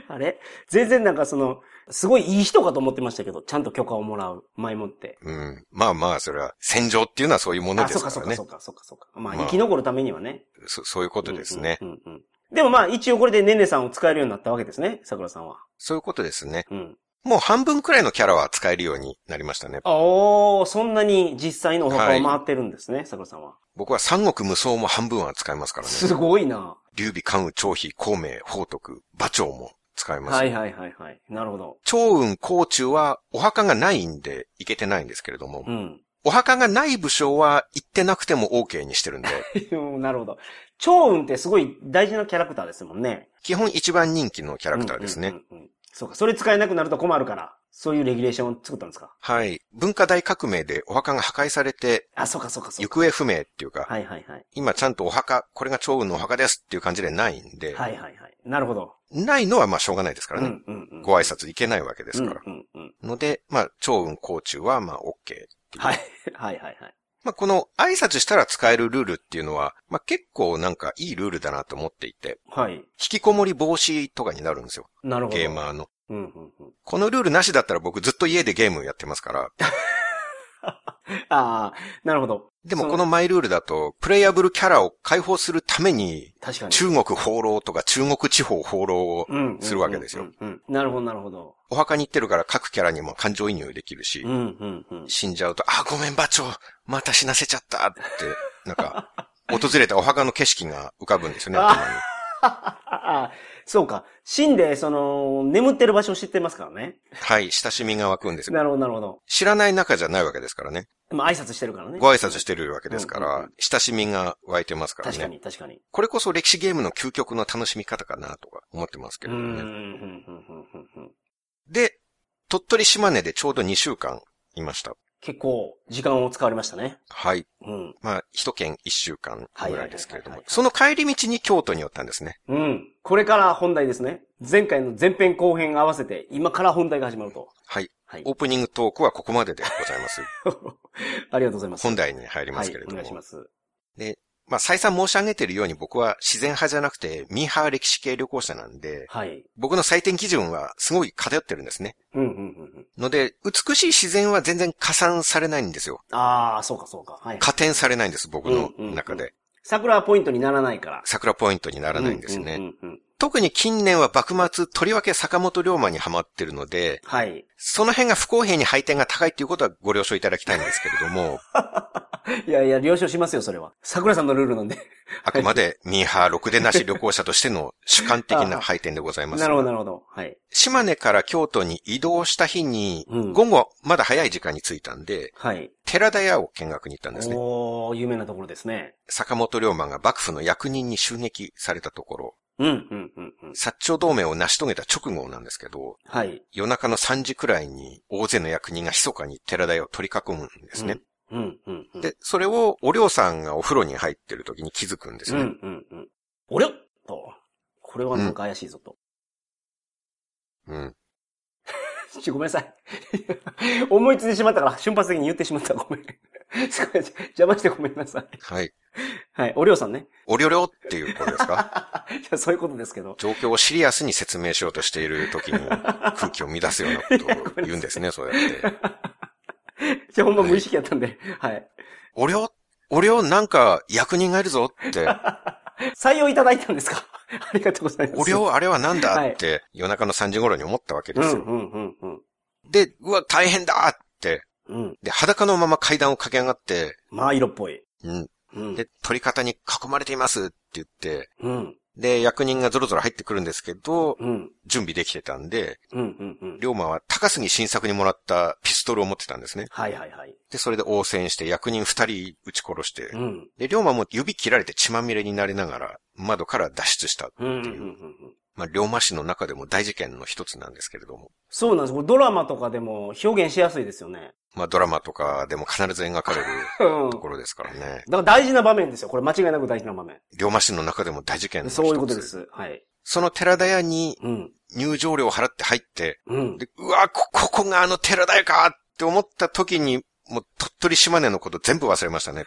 [SPEAKER 2] あれ全然なんかその、すごいいい人かと思ってましたけど、ちゃんと許可をもらう、前もって。
[SPEAKER 3] うん。まあまあ、それは、戦場っていうのはそういうもの
[SPEAKER 2] あ、
[SPEAKER 3] で
[SPEAKER 2] そ
[SPEAKER 3] す
[SPEAKER 2] う
[SPEAKER 3] か
[SPEAKER 2] かそう
[SPEAKER 3] ら
[SPEAKER 2] か
[SPEAKER 3] ね
[SPEAKER 2] そ。うかそうかそうか。まあ、
[SPEAKER 3] まあ
[SPEAKER 2] 生き残るためにはね。
[SPEAKER 3] そそういうことですね。
[SPEAKER 2] うんうんうんでもまあ、一応これでねねさんを使えるようになったわけですね、桜さんは。
[SPEAKER 3] そういうことですね。
[SPEAKER 2] うん。
[SPEAKER 3] もう半分くらいのキャラは使えるようになりましたね。
[SPEAKER 2] おー、そんなに実際のお墓を回ってるんですね、桜さんは。
[SPEAKER 3] 僕は三国無双も半分は使えますからね。
[SPEAKER 2] すごいな。
[SPEAKER 3] 劉備、関羽、張飛、孔明、宝徳、馬長も使えます。
[SPEAKER 2] はいはいはいはい。なるほど。
[SPEAKER 3] 長雲、甲中はお墓がないんで行けてないんですけれども、
[SPEAKER 2] うん。
[SPEAKER 3] お墓がない武将は行ってなくても OK にし てるんで、
[SPEAKER 2] なるほど。長雲ってすごい大事なキャラクターですもんね。
[SPEAKER 3] 基本一番人気のキャ
[SPEAKER 2] キ
[SPEAKER 3] ラクターですね。。
[SPEAKER 2] うんうんそうか、それ使えなくなると困るから、そういうレギュレーションを作ったんですか。
[SPEAKER 3] はい。文化大革命でお墓が破壊されて、
[SPEAKER 2] あ、そうかそうかそう
[SPEAKER 3] 行
[SPEAKER 2] か。
[SPEAKER 3] 方不明っていうか、
[SPEAKER 2] はいはいはい。
[SPEAKER 3] 今ちゃんとお墓、これが長雲のお墓ですっていう感じでないんで、
[SPEAKER 2] はいはいはい。なるほど。
[SPEAKER 3] ないのはまあしょうがないですか
[SPEAKER 2] う
[SPEAKER 3] ら
[SPEAKER 2] んう
[SPEAKER 3] ね。
[SPEAKER 2] んうん。
[SPEAKER 3] ご挨拶いけないわけで
[SPEAKER 2] です
[SPEAKER 3] から。
[SPEAKER 2] うんうんうん。
[SPEAKER 3] ので、まあ、長雲甲中はまあ OK。
[SPEAKER 2] はい。はいはいはい。
[SPEAKER 3] まあ、この挨拶したら使えるルールっていうのは、まあ結構なんかいいルールだなと思っていて、
[SPEAKER 2] はい。
[SPEAKER 3] 引きこもり防止とかになるんですよ。
[SPEAKER 2] なるほど。
[SPEAKER 3] ゲーマーの。
[SPEAKER 2] うんうんうん。
[SPEAKER 3] このルールなしだったら僕ずっと家でゲームやってま すから。
[SPEAKER 2] ああ、なるほど。
[SPEAKER 3] でも
[SPEAKER 2] そう
[SPEAKER 3] このマイルールだと、プレイアブルキャラを解放するために、
[SPEAKER 2] 確かに。
[SPEAKER 3] 中国放浪とか中国地方放浪を
[SPEAKER 2] うんうんうん
[SPEAKER 3] するわけですよ。
[SPEAKER 2] うんうんなるほど、なるほど。
[SPEAKER 3] お墓に行ってるから各キャラにも感情移入できるし
[SPEAKER 2] う、ん、うん、うん。
[SPEAKER 3] 死んじゃうと、あ、ごめん、馬長、また死なせちゃったって、な んか、訪れたお墓の景色が浮かぶんですよね、
[SPEAKER 2] あ
[SPEAKER 3] 頭に。
[SPEAKER 2] あそうか。死んで、その、眠ってる場所を知ってますからね。
[SPEAKER 3] はい、親しみが湧くんですよ。
[SPEAKER 2] なるほど、なるほど。
[SPEAKER 3] 知らない仲じゃないわけですからね。
[SPEAKER 2] まあ、挨拶してるからね。
[SPEAKER 3] ご挨拶してるわけですか
[SPEAKER 2] うんうんう
[SPEAKER 3] ら
[SPEAKER 2] ん、
[SPEAKER 3] 親しみが湧いてますから
[SPEAKER 2] 確か
[SPEAKER 3] ね。
[SPEAKER 2] に、確かに。
[SPEAKER 3] これこそ歴史ゲームの究極の楽しみ方かなとか思ってますけ
[SPEAKER 2] う
[SPEAKER 3] れど
[SPEAKER 2] ん、う
[SPEAKER 3] もね。
[SPEAKER 2] ん、うん、うん、うんうん。
[SPEAKER 3] で、鳥取島根でちょうど2週間いました。
[SPEAKER 2] 結構、時間を使われましたね。
[SPEAKER 3] はい。
[SPEAKER 2] うん。
[SPEAKER 3] まあ、一県1週間ぐらいですけれ
[SPEAKER 2] はいはいはいはい
[SPEAKER 3] ど
[SPEAKER 2] は
[SPEAKER 3] も
[SPEAKER 2] い。
[SPEAKER 3] その帰り道に京都に寄ったんですね。
[SPEAKER 2] うん。これから本題ですね。前回の前編後編合わせて、今から本題が始まると。
[SPEAKER 3] はい。
[SPEAKER 2] はい。
[SPEAKER 3] オープニングトークはここまででございます。
[SPEAKER 2] ありがとうございます。
[SPEAKER 3] 本題に入りますけ
[SPEAKER 2] は
[SPEAKER 3] れ
[SPEAKER 2] い、お
[SPEAKER 3] ども。
[SPEAKER 2] 願いします。
[SPEAKER 3] まあ、再三申し上げているように僕は自然派じゃなくて、ミーハー歴史系旅行者なんで、
[SPEAKER 2] はい。
[SPEAKER 3] 僕の採点基準はすごい偏ってるんですね。
[SPEAKER 2] うん、うん、うんうん。
[SPEAKER 3] ので、美しい自然は全然加算されないんですよ。
[SPEAKER 2] ああ、そうか、そうか。はい。
[SPEAKER 3] 加点されないんです、僕の中
[SPEAKER 2] うんうんうん
[SPEAKER 3] で。
[SPEAKER 2] 桜はポイントにならないから。
[SPEAKER 3] 桜ポイントにならないんです
[SPEAKER 2] う
[SPEAKER 3] ね。
[SPEAKER 2] んうんうん
[SPEAKER 3] 特に近年は幕末、とりわけ坂本龍馬にハマってるので、
[SPEAKER 2] はい。
[SPEAKER 3] その辺が不公平に配点が高いということはご了承いただきたいんですけれども、
[SPEAKER 2] いやいや、了承しますよ、それは。桜さんのルールなんで。
[SPEAKER 3] あくまでミーハー6でなし旅行者としての主観的 な配点でございます。
[SPEAKER 2] なるほど、なるほど。はい。
[SPEAKER 3] 島根から京都に移動した日に、
[SPEAKER 2] うん
[SPEAKER 3] 午後、まだ早い時間に着いたんで、
[SPEAKER 2] はい。
[SPEAKER 3] 寺田屋を見学に行ったんですね。
[SPEAKER 2] おー、有名なところですね。
[SPEAKER 3] 坂本龍馬が幕府の役人に襲撃されたところ、
[SPEAKER 2] うん、うん、うん、うん。
[SPEAKER 3] 薩長同盟を成し遂げた直後なんですけど、
[SPEAKER 2] はい。
[SPEAKER 3] 夜中の3時くらいに大勢の役人が密かに寺田屋を取り囲むんですね。
[SPEAKER 2] うん、うん、うん。
[SPEAKER 3] で、それをお涼さんがお風呂に入ってる時に気づくんです
[SPEAKER 2] うん、
[SPEAKER 3] よ
[SPEAKER 2] う
[SPEAKER 3] ね。
[SPEAKER 2] ん、うん。おりょっと。これはなんか怪しいぞと。
[SPEAKER 3] うん。
[SPEAKER 2] ちょごめんなさい。 思いついてしまったから、瞬発的に言ってしまった。ごめん。 すごい邪魔してごめんなさい。
[SPEAKER 3] はい。
[SPEAKER 2] はい。おりょうさん ね。
[SPEAKER 3] おりょりょっていうことで すか
[SPEAKER 2] じゃあそういうことですけど。
[SPEAKER 3] 状況をシリアスに説明しようとしている時に空気を乱すようなことを言うんです ね、そうやって。
[SPEAKER 2] じゃあほんま無意識やったんで。 はい。
[SPEAKER 3] おりょ、おりょなんか役人がいるぞ って、
[SPEAKER 2] 採用いただいたんですか ありがとうございます。
[SPEAKER 3] おりょあれはなんだって夜中の3時頃に思ったわけ
[SPEAKER 2] う
[SPEAKER 3] で
[SPEAKER 2] ん、
[SPEAKER 3] す
[SPEAKER 2] う
[SPEAKER 3] よ。
[SPEAKER 2] ん、うん、うん。
[SPEAKER 3] で、うわ、大変だって、
[SPEAKER 2] うん。
[SPEAKER 3] で、裸のまま階段を駆け上がって、
[SPEAKER 2] まあ、色っぽい。
[SPEAKER 3] うん。
[SPEAKER 2] うん。
[SPEAKER 3] で、取り方に囲まれていますって言って、
[SPEAKER 2] うん、
[SPEAKER 3] で、役人がぞろぞろ入ってくるんですけど、
[SPEAKER 2] うん、
[SPEAKER 3] 準備できてたんで、
[SPEAKER 2] うん、うん、うん。
[SPEAKER 3] 龍馬は高杉晋作にもらったピストルを持ってたんですね。
[SPEAKER 2] はいはいはい。
[SPEAKER 3] で、それで応戦して役人二人撃ち殺して
[SPEAKER 2] う、ん。
[SPEAKER 3] で、龍馬も指切られて血まみれになりながら窓から脱出した。
[SPEAKER 2] うんうんうん
[SPEAKER 3] っていう
[SPEAKER 2] うん。
[SPEAKER 3] まあ、龍馬氏の中でも大事件の一つなんですけれども、
[SPEAKER 2] そうなんです。これドラマとかでも表現しやすいですよね。
[SPEAKER 3] まあ、ドラマとかでも必ず描かれる
[SPEAKER 2] うん。
[SPEAKER 3] とこ
[SPEAKER 2] だ
[SPEAKER 3] ろですからね。
[SPEAKER 2] から大事な場面ですよ。これ間違いなく大事な場面。
[SPEAKER 3] 龍馬氏の中でも大事件の一つ。
[SPEAKER 2] そういうことで。す。はい。
[SPEAKER 3] その寺田屋に
[SPEAKER 2] うん。
[SPEAKER 3] 入場料を払って入って、
[SPEAKER 2] うん。
[SPEAKER 3] で、うわ、こ、ここがあの寺だよかって思った時に、もう鳥取島根のこと全部忘れましたね。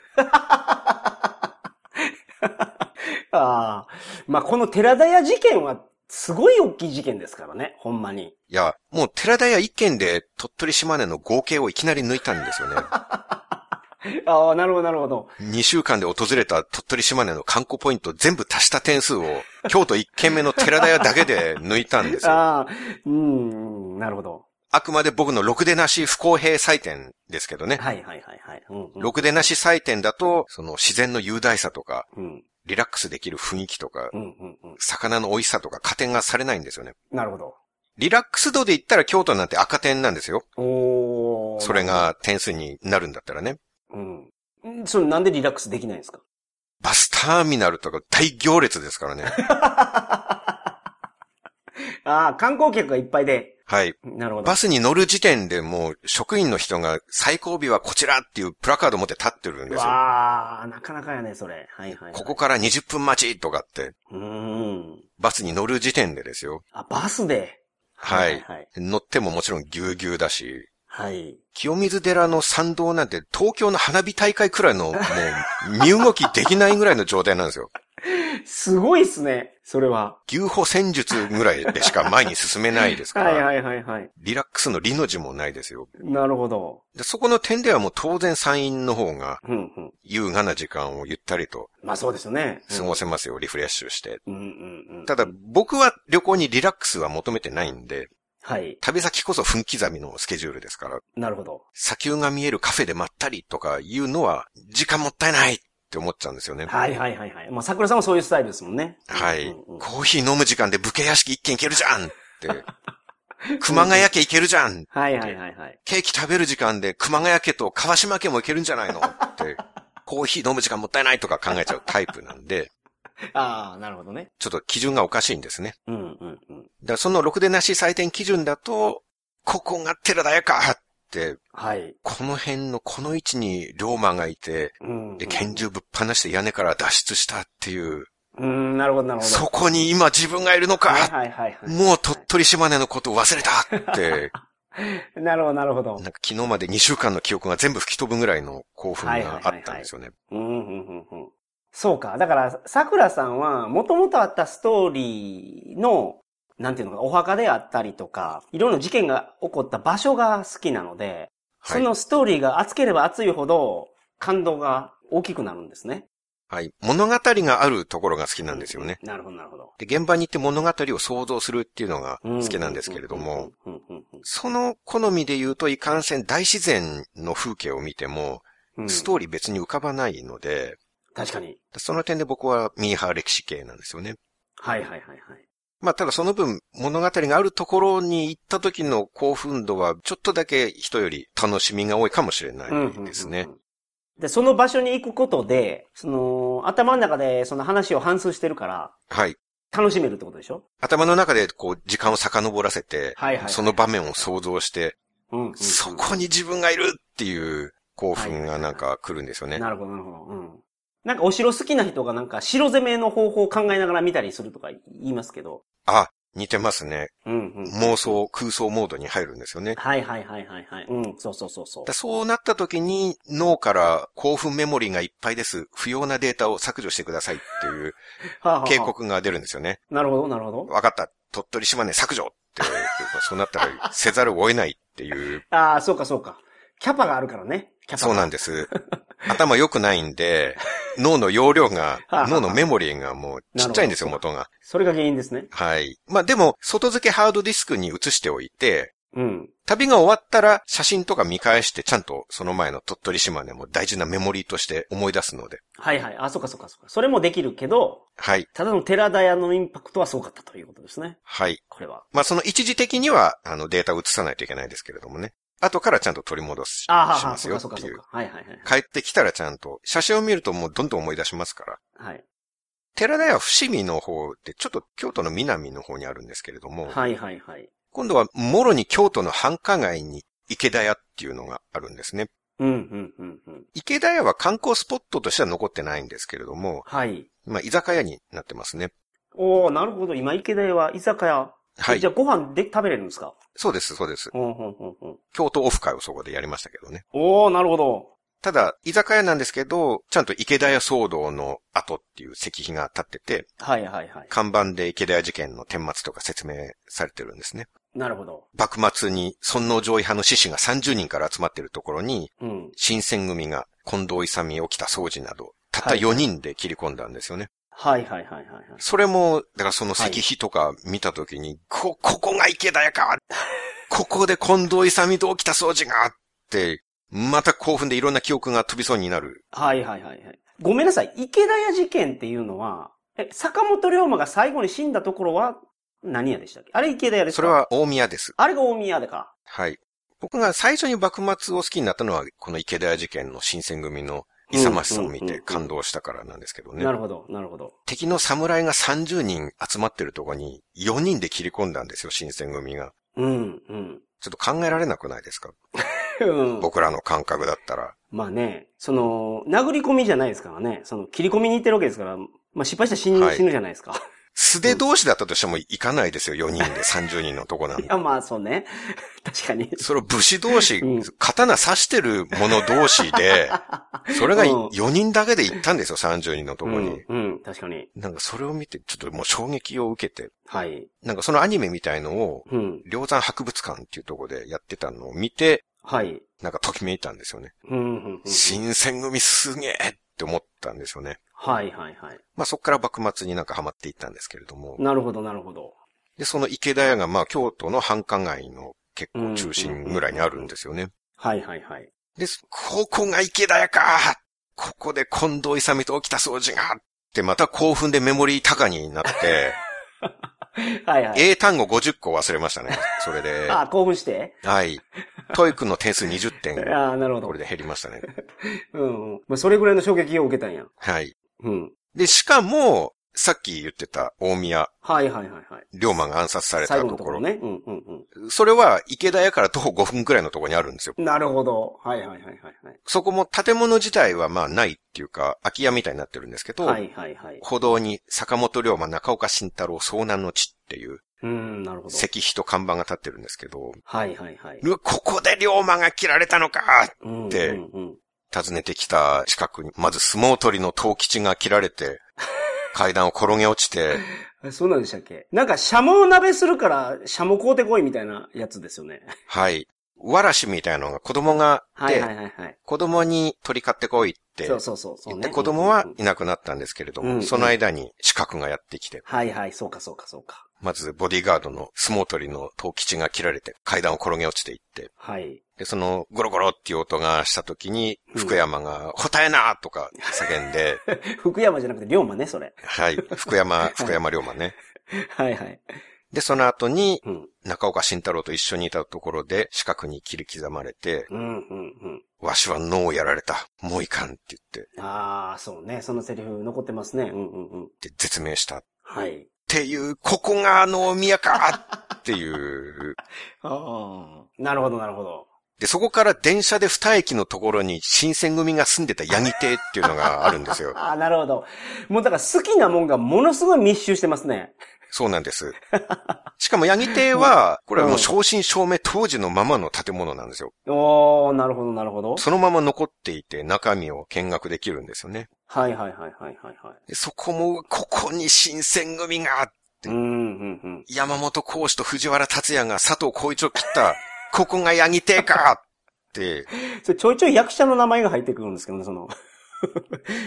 [SPEAKER 2] ああ。まあ、この寺田屋事件は、すごい大きい事件ですからね。ほんまに。
[SPEAKER 3] いや、もう寺田屋一軒で鳥取島根の合計をいきなり抜いたんで すよね。
[SPEAKER 2] ああ、なるほど、なるほど。
[SPEAKER 3] 2週間で訪れた鳥取島根の観光ポイント全部足した点数を、京都一軒目の寺田屋だけで抜いたんですよ。あ
[SPEAKER 2] ああ、うん、なるほど。
[SPEAKER 3] くまで僕のろくでなし不公平採点ですけどね。
[SPEAKER 2] はいはいはいはい。うん、うん
[SPEAKER 3] ろくでなし採点だと、その自然の雄大さとか、
[SPEAKER 2] うん、
[SPEAKER 3] リラックスできる雰囲気とか、
[SPEAKER 2] うん、うん、うん。
[SPEAKER 3] 魚の美味しさとか加点がされないんですよね。
[SPEAKER 2] なるほど。
[SPEAKER 3] リラックス度で言ったら京都なんて赤点なんですよ。
[SPEAKER 2] おー。
[SPEAKER 3] それ。が点数になるんだったらね。
[SPEAKER 2] うん。んそれなんでリラックスできないんですか
[SPEAKER 3] バスターミナルとか大行列ですか らね。
[SPEAKER 2] ああ、観光客がいっぱいで。
[SPEAKER 3] はい。
[SPEAKER 2] なるほど。
[SPEAKER 3] バスに乗る時点でもう職員の人が最後尾はこちらっていうプラカード持って立ってるんですよ。
[SPEAKER 2] わあ、なかなかやね、それ。はいはい、はい。
[SPEAKER 3] ここから20分待ちとかって、
[SPEAKER 2] うーん。
[SPEAKER 3] バスに乗る時点でですよ。
[SPEAKER 2] あ、バスで。
[SPEAKER 3] はい
[SPEAKER 2] はい。
[SPEAKER 3] 乗ってももちろんぎゅうぎゅうだし、
[SPEAKER 2] はい。
[SPEAKER 3] 清水寺の参道なんて東京の花火大会くらいのもう身動きできないぐらいの状態なんですよ。
[SPEAKER 2] すごいっすね、それは。
[SPEAKER 3] 牛歩戦術ぐらいでしか前に進めないですから。
[SPEAKER 2] はいはいはいはい。
[SPEAKER 3] リラックスのリの字もないですよ。
[SPEAKER 2] なるほど。
[SPEAKER 3] でそこの点ではもう当然山陰の方が
[SPEAKER 2] うんうん。
[SPEAKER 3] 優雅な時間をゆったりと
[SPEAKER 2] まあそうですよね。
[SPEAKER 3] 過ごせますよ、リフレッシュして。
[SPEAKER 2] うんうんうん。
[SPEAKER 3] ただ、僕は旅行にリラックスは求めてないんで、
[SPEAKER 2] はい。
[SPEAKER 3] 旅先こそ分刻みのスケジュールですから、
[SPEAKER 2] なるほど。
[SPEAKER 3] 砂丘が見えるカフェでまったりとかいうのは時間もったいないって思っちゃうんですよね。
[SPEAKER 2] はいはいはいはい。まあ桜さんもそういうスタイルですもんね。
[SPEAKER 3] はい。
[SPEAKER 2] うんうんうん
[SPEAKER 3] コーヒー飲む時間で武家屋敷一軒行けるじゃんって。熊谷家行けるじゃん
[SPEAKER 2] はいはいはいはい。
[SPEAKER 3] ケーキ食べる時間で熊谷家と川島家も行けるんじゃないのって、コーヒー飲む時間もったいないとか考えちゃうタイプなんで、
[SPEAKER 2] ああ、なるほどね。
[SPEAKER 3] ちょっと基準がおかしいんですね。
[SPEAKER 2] うんうんうん。
[SPEAKER 3] だからその6でなし採点基準だと、ここが寺田屋かって、
[SPEAKER 2] はい。
[SPEAKER 3] この辺のこの位置に龍馬がいて、
[SPEAKER 2] うんうん。
[SPEAKER 3] で、拳銃ぶっ放して屋根から脱出したっていう、
[SPEAKER 2] うん、なるほどなるほど。
[SPEAKER 3] そこに今自分がいる
[SPEAKER 2] は
[SPEAKER 3] の
[SPEAKER 2] い
[SPEAKER 3] か
[SPEAKER 2] はいはいはい。
[SPEAKER 3] もう鳥取島根のことを忘れた って、
[SPEAKER 2] なるほどなるほど
[SPEAKER 3] なん。か昨日まで2週間の記憶が全部吹き飛ぶぐらいの興奮があったんですよね。
[SPEAKER 2] うんうんうんうん。そうか。だから、桜さんは、もともとあったストーリーの、なんていうのかな、お墓であったりとか、いろんな事件が起こった場所が好きなので、そ
[SPEAKER 3] はい
[SPEAKER 2] のストーリーが熱ければ熱いほど、感動が大きくなるんですね。
[SPEAKER 3] はい。物語があるところが好きなんですよね。
[SPEAKER 2] なるほど、なるほど。
[SPEAKER 3] で、現場に行って物語を想像するっていうのが好きなんですけれども、
[SPEAKER 2] うんうんうんうん
[SPEAKER 3] その好みで言うと、いかんせん大自然の風景を見ても、
[SPEAKER 2] うん、
[SPEAKER 3] ストーリー別に浮かばないので、
[SPEAKER 2] 確かに。
[SPEAKER 3] その点で僕はミーハー歴史系なんですよね。
[SPEAKER 2] はいはいはいはい。
[SPEAKER 3] まあ、ただその分、物語があるところに行った時の興奮度は、ちょっとだけ人より楽しみが多いかもしれな
[SPEAKER 2] うんうん
[SPEAKER 3] いですね
[SPEAKER 2] うん。うんで、その場所に行くことで、その、頭の中でその話を反数してるから、
[SPEAKER 3] はい。
[SPEAKER 2] 楽しめるってことでしょ
[SPEAKER 3] 頭の中で、こう、時間を遡らせて、
[SPEAKER 2] はいはいはい
[SPEAKER 3] その場面を想像して、
[SPEAKER 2] うんうんうん。
[SPEAKER 3] そこに自分がいるっていう興奮がなんか来るんですよね。
[SPEAKER 2] なるほど、なるほど。うん。なんかお城好きな人がなんか城攻めの方法を考えながら見たりするとか言いますけど。
[SPEAKER 3] あ、似てますね。
[SPEAKER 2] うんうん。
[SPEAKER 3] 妄想、空想モードに入るんですよね。
[SPEAKER 2] はいはいはいはいはい。うん、そうそうそうそう
[SPEAKER 3] だ。そうなった時に脳から興奮メモリーがいっぱいです。不要なデータを削除してくださいっていう
[SPEAKER 2] はあはあはあ
[SPEAKER 3] 警。告が出るんですよね。
[SPEAKER 2] なるほど、なるほど。
[SPEAKER 3] わかった。鳥取島根削除って、そうなったらせざるを得ないっ ていう。
[SPEAKER 2] ああ、そうかそうか。キャパがあるからね。キャパが
[SPEAKER 3] そうなんです。頭良くないんで、脳の容量が、脳のメモリーがもうちっちゃいんですよ、
[SPEAKER 2] なる
[SPEAKER 3] 元が。
[SPEAKER 2] それが原因ですね。
[SPEAKER 3] はい。まあでも、外付けハードディスクに移しておいて、
[SPEAKER 2] うん。
[SPEAKER 3] 旅が終わったら写真とか見返して、ちゃんとその前の鳥取島根も大事なメモリーとして思い出すので。
[SPEAKER 2] はいはい。あ、そうかそうかそうか。それもできるけど、
[SPEAKER 3] はい。
[SPEAKER 2] ただの寺田屋のインパクトはすごかったということですね。
[SPEAKER 3] はい。
[SPEAKER 2] これは。
[SPEAKER 3] まあその一時的には、あのデータを移さないといけないですけれどもね。後からちゃんと取り戻しし
[SPEAKER 2] ああ、は
[SPEAKER 3] ま
[SPEAKER 2] あ、
[SPEAKER 3] す
[SPEAKER 2] そう
[SPEAKER 3] よ
[SPEAKER 2] か
[SPEAKER 3] っ
[SPEAKER 2] そうか
[SPEAKER 3] て
[SPEAKER 2] そ
[SPEAKER 3] いうう
[SPEAKER 2] か。。はいはいはい。
[SPEAKER 3] 帰ってきたらちゃんと、写真を見るともうどんどん思い出しますから。
[SPEAKER 2] はい。
[SPEAKER 3] 寺田屋は伏見の方で、ちょっと京都の南の方にあるんですけれども、
[SPEAKER 2] はいはいはい。
[SPEAKER 3] 今度はもろに京都の繁華街に池田屋っていうのがあるんですね。
[SPEAKER 2] うんうんうんうん。
[SPEAKER 3] 池田屋は観光スポットとしては残ってないんですけれども、
[SPEAKER 2] はい。
[SPEAKER 3] まあ居酒屋になってますね。
[SPEAKER 2] おおなるほど。今、池田屋は居酒屋。
[SPEAKER 3] はい
[SPEAKER 2] じゃ。あご飯で食べれるんですか
[SPEAKER 3] そうです、そうです。
[SPEAKER 2] ほんほんほんほん。
[SPEAKER 3] 京都オフ会をそこでやりましたけどね。
[SPEAKER 2] おおなるほど。
[SPEAKER 3] ただ、居酒屋なんですけど、ちゃんと池田屋騒動の後っていう石碑が立ってて、
[SPEAKER 2] はいはいはい。
[SPEAKER 3] 看板で池田屋事件の顛末とか説明されてるんですね。
[SPEAKER 2] なるほど。
[SPEAKER 3] 幕末に尊王攘夷派の志士が30人から集まってるところに、
[SPEAKER 2] うん。
[SPEAKER 3] 新選組が近藤勇起きた掃除など、たった
[SPEAKER 2] はい
[SPEAKER 3] 4人で切り込んだんですよね。
[SPEAKER 2] はいはいはいはいはい。
[SPEAKER 3] それも、だからその石碑とか見たときに、こ、ここが池田屋かここで近藤勇と起きた掃除がって、また興奮でいろんな記憶が飛びそうになる。
[SPEAKER 2] はいはいはいはい。ごめんなさい。池田屋事件っていうのは、え、坂本龍馬が最後に死んだところは何屋でしたっけあれ池田屋ですか
[SPEAKER 3] それ。は大宮です。
[SPEAKER 2] あれが大宮でか。
[SPEAKER 3] はい。僕が最初に幕末を好きになったのは、この池田屋事件の新選組の勇ましさを見
[SPEAKER 2] うんうんうん
[SPEAKER 3] て
[SPEAKER 2] うん
[SPEAKER 3] 感動したからなんですけどね
[SPEAKER 2] な。るほど、なるほど。
[SPEAKER 3] 敵の侍が30人集まってるとこに4人で切り込んだんですよ、新選組が。
[SPEAKER 2] うん、うん。
[SPEAKER 3] ちょっと考えられなくないですか
[SPEAKER 2] うん
[SPEAKER 3] 僕らの感覚だったら。
[SPEAKER 2] まあね、その、殴り込みじゃないですからね。その、切り込みに行ってるわけですから、まあ失敗したら死ぬ,、
[SPEAKER 3] はい
[SPEAKER 2] 死ぬじゃないですか。
[SPEAKER 3] 素手同士だったとしても行かないですよ、4人で30 人のとこなん
[SPEAKER 2] い
[SPEAKER 3] て。
[SPEAKER 2] や、まあそうね。 確かに。
[SPEAKER 3] それを武士同士
[SPEAKER 2] うん、
[SPEAKER 3] 刀刺してる者同士 で、それが
[SPEAKER 2] うん
[SPEAKER 3] 4人だけで行ったんですよ、30人のとこに。
[SPEAKER 2] うん、うん、確かに。
[SPEAKER 3] なんかそれを見て、ちょっともう衝撃を受けて、
[SPEAKER 2] はい。
[SPEAKER 3] なんかそのアニメみたいのを、
[SPEAKER 2] うん。
[SPEAKER 3] 梁山博物館っていうとこでやってたのを見て、
[SPEAKER 2] はい。
[SPEAKER 3] なんかときめいたんですよね。
[SPEAKER 2] うん、うん、うん。
[SPEAKER 3] 新選組すげえって思ったんですよね。
[SPEAKER 2] はい、はい、はい。
[SPEAKER 3] まあそこから幕末になんかハマっていったんですけれども、
[SPEAKER 2] なるほど、なるほど。
[SPEAKER 3] で、その池田屋がまあ京都の繁華街の結構中心ぐらいにあるんですよね。
[SPEAKER 2] はい、はい、はい。
[SPEAKER 3] で、ここが池田屋かここで近藤勇と起きた掃除がってまた興奮でメモリー高になって、
[SPEAKER 2] はい、はい。
[SPEAKER 3] 英単語50個忘れましたね。それ で、
[SPEAKER 2] あ、興奮して
[SPEAKER 3] はい。トイックの点数20点、
[SPEAKER 2] ああ、なるほど
[SPEAKER 3] これ。で減りましたね。
[SPEAKER 2] うん、うん。まあ、それぐらいの衝撃を受けたんや。
[SPEAKER 3] はい。
[SPEAKER 2] うん。
[SPEAKER 3] で、しかも、さっき言ってた大宮、
[SPEAKER 2] はい、はい、はい、はい。
[SPEAKER 3] 龍馬が暗殺された
[SPEAKER 2] 最後
[SPEAKER 3] と
[SPEAKER 2] のとこ
[SPEAKER 3] こ
[SPEAKER 2] ろ
[SPEAKER 3] ろ、
[SPEAKER 2] ね。うん、うん、
[SPEAKER 3] それは池田屋から徒歩5分くらいのところにあるんですよ。
[SPEAKER 2] うん。なるほど。はい、はい、はい、はい。はい
[SPEAKER 3] そこも建物自体はまあないっていうか、空き家みたいになってるんですけど、
[SPEAKER 2] はい、はい、はい。
[SPEAKER 3] 歩道に坂本龍馬中岡慎太郎遭難の地っていう
[SPEAKER 2] うん、なるほど。
[SPEAKER 3] 石碑と看板が立ってるんですけど、。
[SPEAKER 2] はい、はい、はいう
[SPEAKER 3] わここで龍馬が切られたのか
[SPEAKER 2] うん、
[SPEAKER 3] で
[SPEAKER 2] うん、うん。
[SPEAKER 3] 訪ねてきた近くに、まず相撲取りの藤吉が切ら れて、階段を転げ落ちて、
[SPEAKER 2] えそうなんでしたっけなんか、シャモ鍋するから、シャモ買うてこいみたいなやつですよね。
[SPEAKER 3] はい。わらしみたいなのが子供が、
[SPEAKER 2] はいはいはいはい。
[SPEAKER 3] 子供に鳥買ってこいって
[SPEAKER 2] そうそうそう。そう
[SPEAKER 3] 言っ
[SPEAKER 2] ね
[SPEAKER 3] て子供はいなくなったんですけれど
[SPEAKER 2] うんうん
[SPEAKER 3] も、その間に四角がやってきて、
[SPEAKER 2] はいはい、そうかそうかそうか。
[SPEAKER 3] まずボディーガードの相撲取りの藤吉が切られて階段を転げ落ちていって、
[SPEAKER 2] はい。
[SPEAKER 3] で、そのゴロゴロっていう音がした時に、
[SPEAKER 2] うん
[SPEAKER 3] 福山が、答えなとか叫んで、
[SPEAKER 2] 福山じゃなくて龍馬ね、それ。
[SPEAKER 3] はい、福山、福山龍馬ね。
[SPEAKER 2] はいはい。
[SPEAKER 3] で、その後に
[SPEAKER 2] うん。
[SPEAKER 3] 中岡慎太郎と一緒にいたところで四角に切り刻まれて、
[SPEAKER 2] うんうんうん。
[SPEAKER 3] わしは脳をやられた。もういかんって言っ
[SPEAKER 2] ああ、そうね。そのセリフ残ってますね。うんうんうん。
[SPEAKER 3] て、で、絶命した。っ
[SPEAKER 2] はい。
[SPEAKER 3] ていう、ここがあの宮かっていう。
[SPEAKER 2] ああ。なるほどなるほど。
[SPEAKER 3] で、そこから電車で二駅のところに新選組が住んでたヤギ亭っていうのがあるんですよ。
[SPEAKER 2] ああ、なるほど。もうだから好きなもんがものすごい密集してますね。
[SPEAKER 3] そうな んです。しかもヤギ亭は、これはもう正真正銘当時のままの建物なんですよ。
[SPEAKER 2] おー、なるほどなるほど。
[SPEAKER 3] そのまま残っていて中身を見学できるんですよね。
[SPEAKER 2] はいはいはいはいはいはい。
[SPEAKER 3] でそこも、ここに新選組が
[SPEAKER 2] うんうんうん。
[SPEAKER 3] 山本講師と藤原達也が佐藤浩一を切 った、ここがヤギ亭かって、
[SPEAKER 2] それちょいちょい役者の名前が入ってくるんですけどね、その。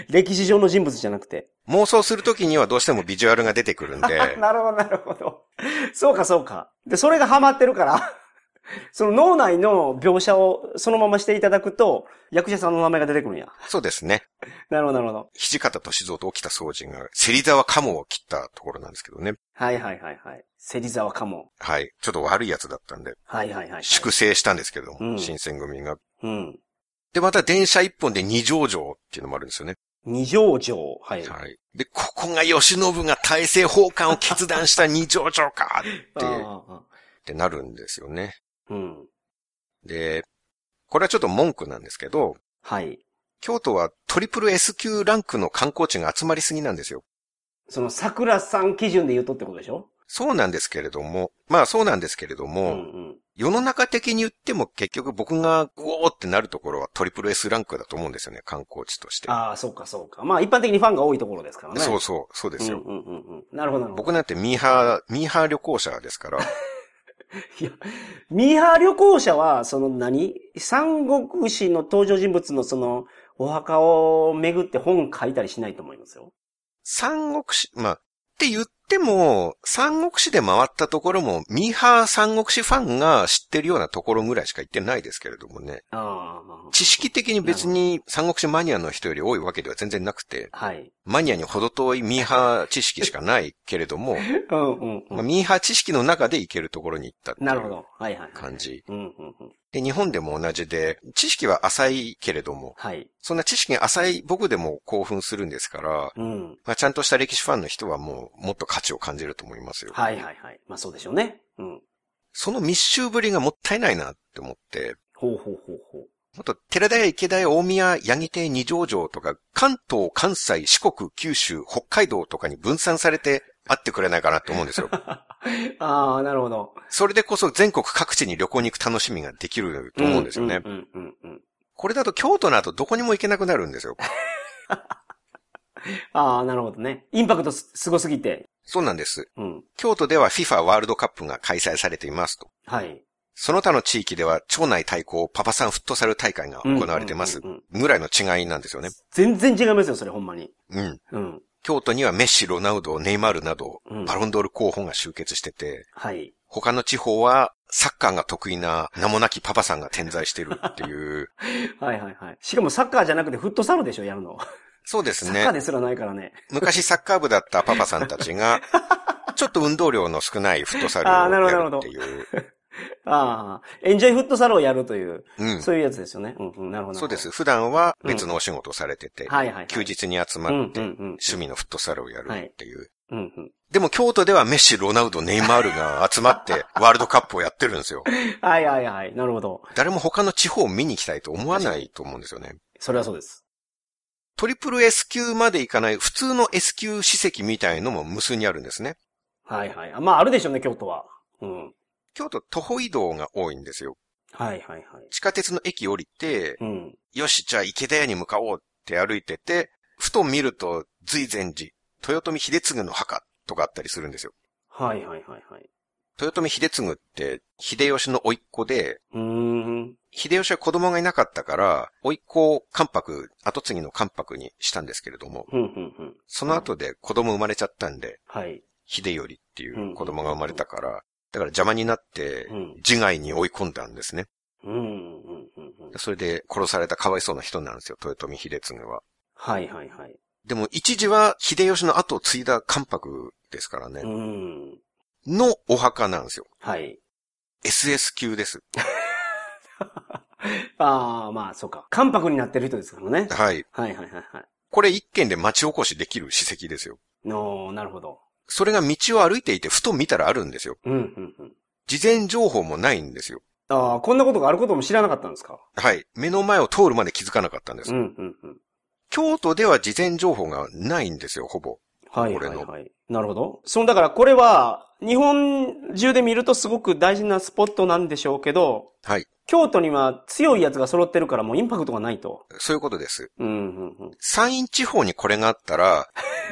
[SPEAKER 2] 歴史上の人物じゃなくて。
[SPEAKER 3] 妄想するときにはどうしてもビジュアルが出てくる んで、
[SPEAKER 2] なるほど、なるほど。そうか、そうか。で、それがハマってるから、 その脳内の描写をそのまましていただくと、役者さんの名前が出てくるんや。
[SPEAKER 3] そうですね。
[SPEAKER 2] なるほど、なるほど。
[SPEAKER 3] 土方歳三と起きた掃除が、芹沢鴨を切ったところなんですけどね。
[SPEAKER 2] はいはいはいはい。芹沢かも。
[SPEAKER 3] はい。ちょっと悪いやつだったんで、
[SPEAKER 2] はいはいはい、はい。
[SPEAKER 3] 粛清したんですけれども、
[SPEAKER 2] うん
[SPEAKER 3] 新選組が。
[SPEAKER 2] うん。
[SPEAKER 3] で、また電車一本で二条城っていうのもあるんですよね。
[SPEAKER 2] 二条城。はい。
[SPEAKER 3] はい。で、ここが慶喜が大政奉還を決断した二条城か
[SPEAKER 2] あ
[SPEAKER 3] て
[SPEAKER 2] あああ
[SPEAKER 3] ってなるんですよね。
[SPEAKER 2] うん。
[SPEAKER 3] で、これはちょっと文句なんですけど、
[SPEAKER 2] はい。
[SPEAKER 3] 京都はトリプル S 級ランクの観光地が集まりすぎなんですよ。
[SPEAKER 2] その桜さん基準で言うとってことでしょ
[SPEAKER 3] そうなんですけれども、まあそうなんですけれど
[SPEAKER 2] うん
[SPEAKER 3] も、
[SPEAKER 2] うん。
[SPEAKER 3] 世の中的に言っても結局僕がうおーってなるところはトリプル S ランクだと思うんですよね、観光地として。
[SPEAKER 2] ああ、そうかそうか。まあ一般的にファンが多いところですからね。
[SPEAKER 3] そうそう、そうです
[SPEAKER 2] う
[SPEAKER 3] よ。
[SPEAKER 2] んうんうんうん。なるほどなるほど。
[SPEAKER 3] 僕なんてミーハー、ミーハー旅行者ですから、
[SPEAKER 2] いや、ミーハー旅行者は、その何三国志の登場人物のその、お墓を巡って本書いたりしないと思いますよ。
[SPEAKER 3] 三国志、まあ、って言っても、三国志で回ったところも、ミーハー三国志ファンが知ってるようなところぐらいしか行ってないですけれどもね。
[SPEAKER 2] ああ、まあ
[SPEAKER 3] 知識的に別に三国志マニアの人より多いわけでは全然なくて、
[SPEAKER 2] はい。
[SPEAKER 3] マニアに程遠いミーハー知識しかないけれ ども、
[SPEAKER 2] うんうん
[SPEAKER 3] まあ
[SPEAKER 2] うん。
[SPEAKER 3] ミーハー知識の中で行けるところに行ったってい
[SPEAKER 2] なるほ
[SPEAKER 3] う
[SPEAKER 2] ど。はいはいはい。
[SPEAKER 3] 感じ。
[SPEAKER 2] うんうんうん。
[SPEAKER 3] で、日本でも同じで、知識は浅いけれども、
[SPEAKER 2] はい。
[SPEAKER 3] そんな知識が浅い僕でも興奮するんですから、
[SPEAKER 2] うん。
[SPEAKER 3] まあ、ちゃんとした歴史ファンの人はもう、もっと価値を感じると思いますよ。
[SPEAKER 2] はいはいはい。まあそうでしょうね。うん。
[SPEAKER 3] その密集ぶりがもったいないなって思って、
[SPEAKER 2] ほうほうほうほう。
[SPEAKER 3] もっと寺田や池田や大宮、八木亭、二条城とか、関東、関西、四国、九州、北海道とかに分散されてあってくれないかなと思うん ですよ。
[SPEAKER 2] ああ、なるほど。
[SPEAKER 3] それでこそ全国各地に旅行に行く楽しみができると思うんですよね。
[SPEAKER 2] うんうんうんうん。
[SPEAKER 3] これだと京都の後どこにも行けなくなるんですよ。
[SPEAKER 2] ああ、なるほどね。インパクトすすごすぎて。
[SPEAKER 3] そうなんです。
[SPEAKER 2] うん。
[SPEAKER 3] 京都では FIFA ワールドカップが開催されていますと。
[SPEAKER 2] はい。
[SPEAKER 3] その他の地域では町内対抗パパさんフットサル大会が行われてます
[SPEAKER 2] うんうんうん。
[SPEAKER 3] ぐらいの違いなんですよね。
[SPEAKER 2] 全然違いますよ、それほんまに。
[SPEAKER 3] うん。
[SPEAKER 2] うん。
[SPEAKER 3] 京都にはメッシ、ロナウド、ネイマールなど
[SPEAKER 2] うん、
[SPEAKER 3] バロンドール候補が集結してて、
[SPEAKER 2] はい。
[SPEAKER 3] 他の地方はサッカーが得意な名もなきパパさんが点在してるっ ていう。
[SPEAKER 2] はいはいはい。しかもサッカーじゃなくてフットサルでしょ、やるの。
[SPEAKER 3] そうです
[SPEAKER 2] サッカー
[SPEAKER 3] ね。
[SPEAKER 2] ですらないからね。
[SPEAKER 3] 昔サッカー部だったパパさんた ちが、ちょっと運動量の少ないフットサル
[SPEAKER 2] あーなる
[SPEAKER 3] を
[SPEAKER 2] ほど
[SPEAKER 3] やるっていう。
[SPEAKER 2] ああ、エンジョイフットサルをやるという、
[SPEAKER 3] うん。
[SPEAKER 2] そういうやつですよね。うんうん、なるほど。
[SPEAKER 3] そうです。。普段は別のお仕事をされてて、
[SPEAKER 2] はいはいはい。
[SPEAKER 3] 休日に集ま
[SPEAKER 2] うんう
[SPEAKER 3] っ
[SPEAKER 2] ん
[SPEAKER 3] て
[SPEAKER 2] うん。
[SPEAKER 3] 趣味のフットサルをやるっていう。
[SPEAKER 2] うんうん。
[SPEAKER 3] でも京都ではメッシ、ロナウド、ネイマールが集まってワールドカップをやってるんですよ。
[SPEAKER 2] はいはいはい。なるほど。
[SPEAKER 3] 誰も他の地方を見に行きたいと思わないと思うんですよね。
[SPEAKER 2] それはそうです。
[SPEAKER 3] トリプル S 級までいかない普通の S 級史跡みたいのも無数にあるんですね。
[SPEAKER 2] はいはい。あまああるでしょうね、京都は。うん。
[SPEAKER 3] 京都徒歩移動が多いんですよ。
[SPEAKER 2] はいはいはい。
[SPEAKER 3] 地下鉄の駅降りて、
[SPEAKER 2] うん。
[SPEAKER 3] よし、じゃあ池田屋に向かおうって歩いてて、ふと見ると随前寺、豊臣秀次の墓とかあったりするんですよ。
[SPEAKER 2] はいはいはいはい。
[SPEAKER 3] 豊臣秀次って、秀吉の甥っ子で、
[SPEAKER 2] うーん。
[SPEAKER 3] 秀吉は子供がいなかったから、甥っ子を関白、後継ぎの関白にしたんですけれども、
[SPEAKER 2] ふんふんふん。
[SPEAKER 3] その後で子供生まれちゃったんで、
[SPEAKER 2] はい。
[SPEAKER 3] 秀頼っていう子供が生まれたから、だから邪魔になって
[SPEAKER 2] うん、
[SPEAKER 3] 自害に追い込んだんですね。
[SPEAKER 2] うんうんうんうんうん。
[SPEAKER 3] それで殺されたかわいそうな人なんですよ、豊臣秀次は。
[SPEAKER 2] はいはいはい。
[SPEAKER 3] でも一時は秀吉の後を継いだ関白ですから
[SPEAKER 2] う
[SPEAKER 3] ね、
[SPEAKER 2] ん。
[SPEAKER 3] のお墓なんですよ。
[SPEAKER 2] はい。
[SPEAKER 3] SS 級です。
[SPEAKER 2] ああ、まあ、そうか。関白になってる人ですからね。
[SPEAKER 3] はい。
[SPEAKER 2] はいはいはいはい。
[SPEAKER 3] これ一軒で町おこしできる史跡ですよ。
[SPEAKER 2] のーなるほど。
[SPEAKER 3] それが道を歩いていて、ふと見たらあるんですよ。
[SPEAKER 2] うんうんうん。
[SPEAKER 3] 事前情報もないんですよ。
[SPEAKER 2] ああ、こんなことがあることも知らなかったんですか。
[SPEAKER 3] はい。目の前を通るまで気づかなかったんです。
[SPEAKER 2] うんうんうん。
[SPEAKER 3] 京都では事前情報がないんですよ、ほぼ。
[SPEAKER 2] はい
[SPEAKER 3] こ
[SPEAKER 2] は
[SPEAKER 3] れ
[SPEAKER 2] い
[SPEAKER 3] の
[SPEAKER 2] はい。なるほど。その、だからこれは、日本中で見るとすごく大事なスポットなんでしょうけど、
[SPEAKER 3] はい。
[SPEAKER 2] 京都には強いやつが揃ってるからもうインパクトがないと。
[SPEAKER 3] そういうことです。
[SPEAKER 2] うんうんうん。
[SPEAKER 3] 山陰地方にこれがあったら、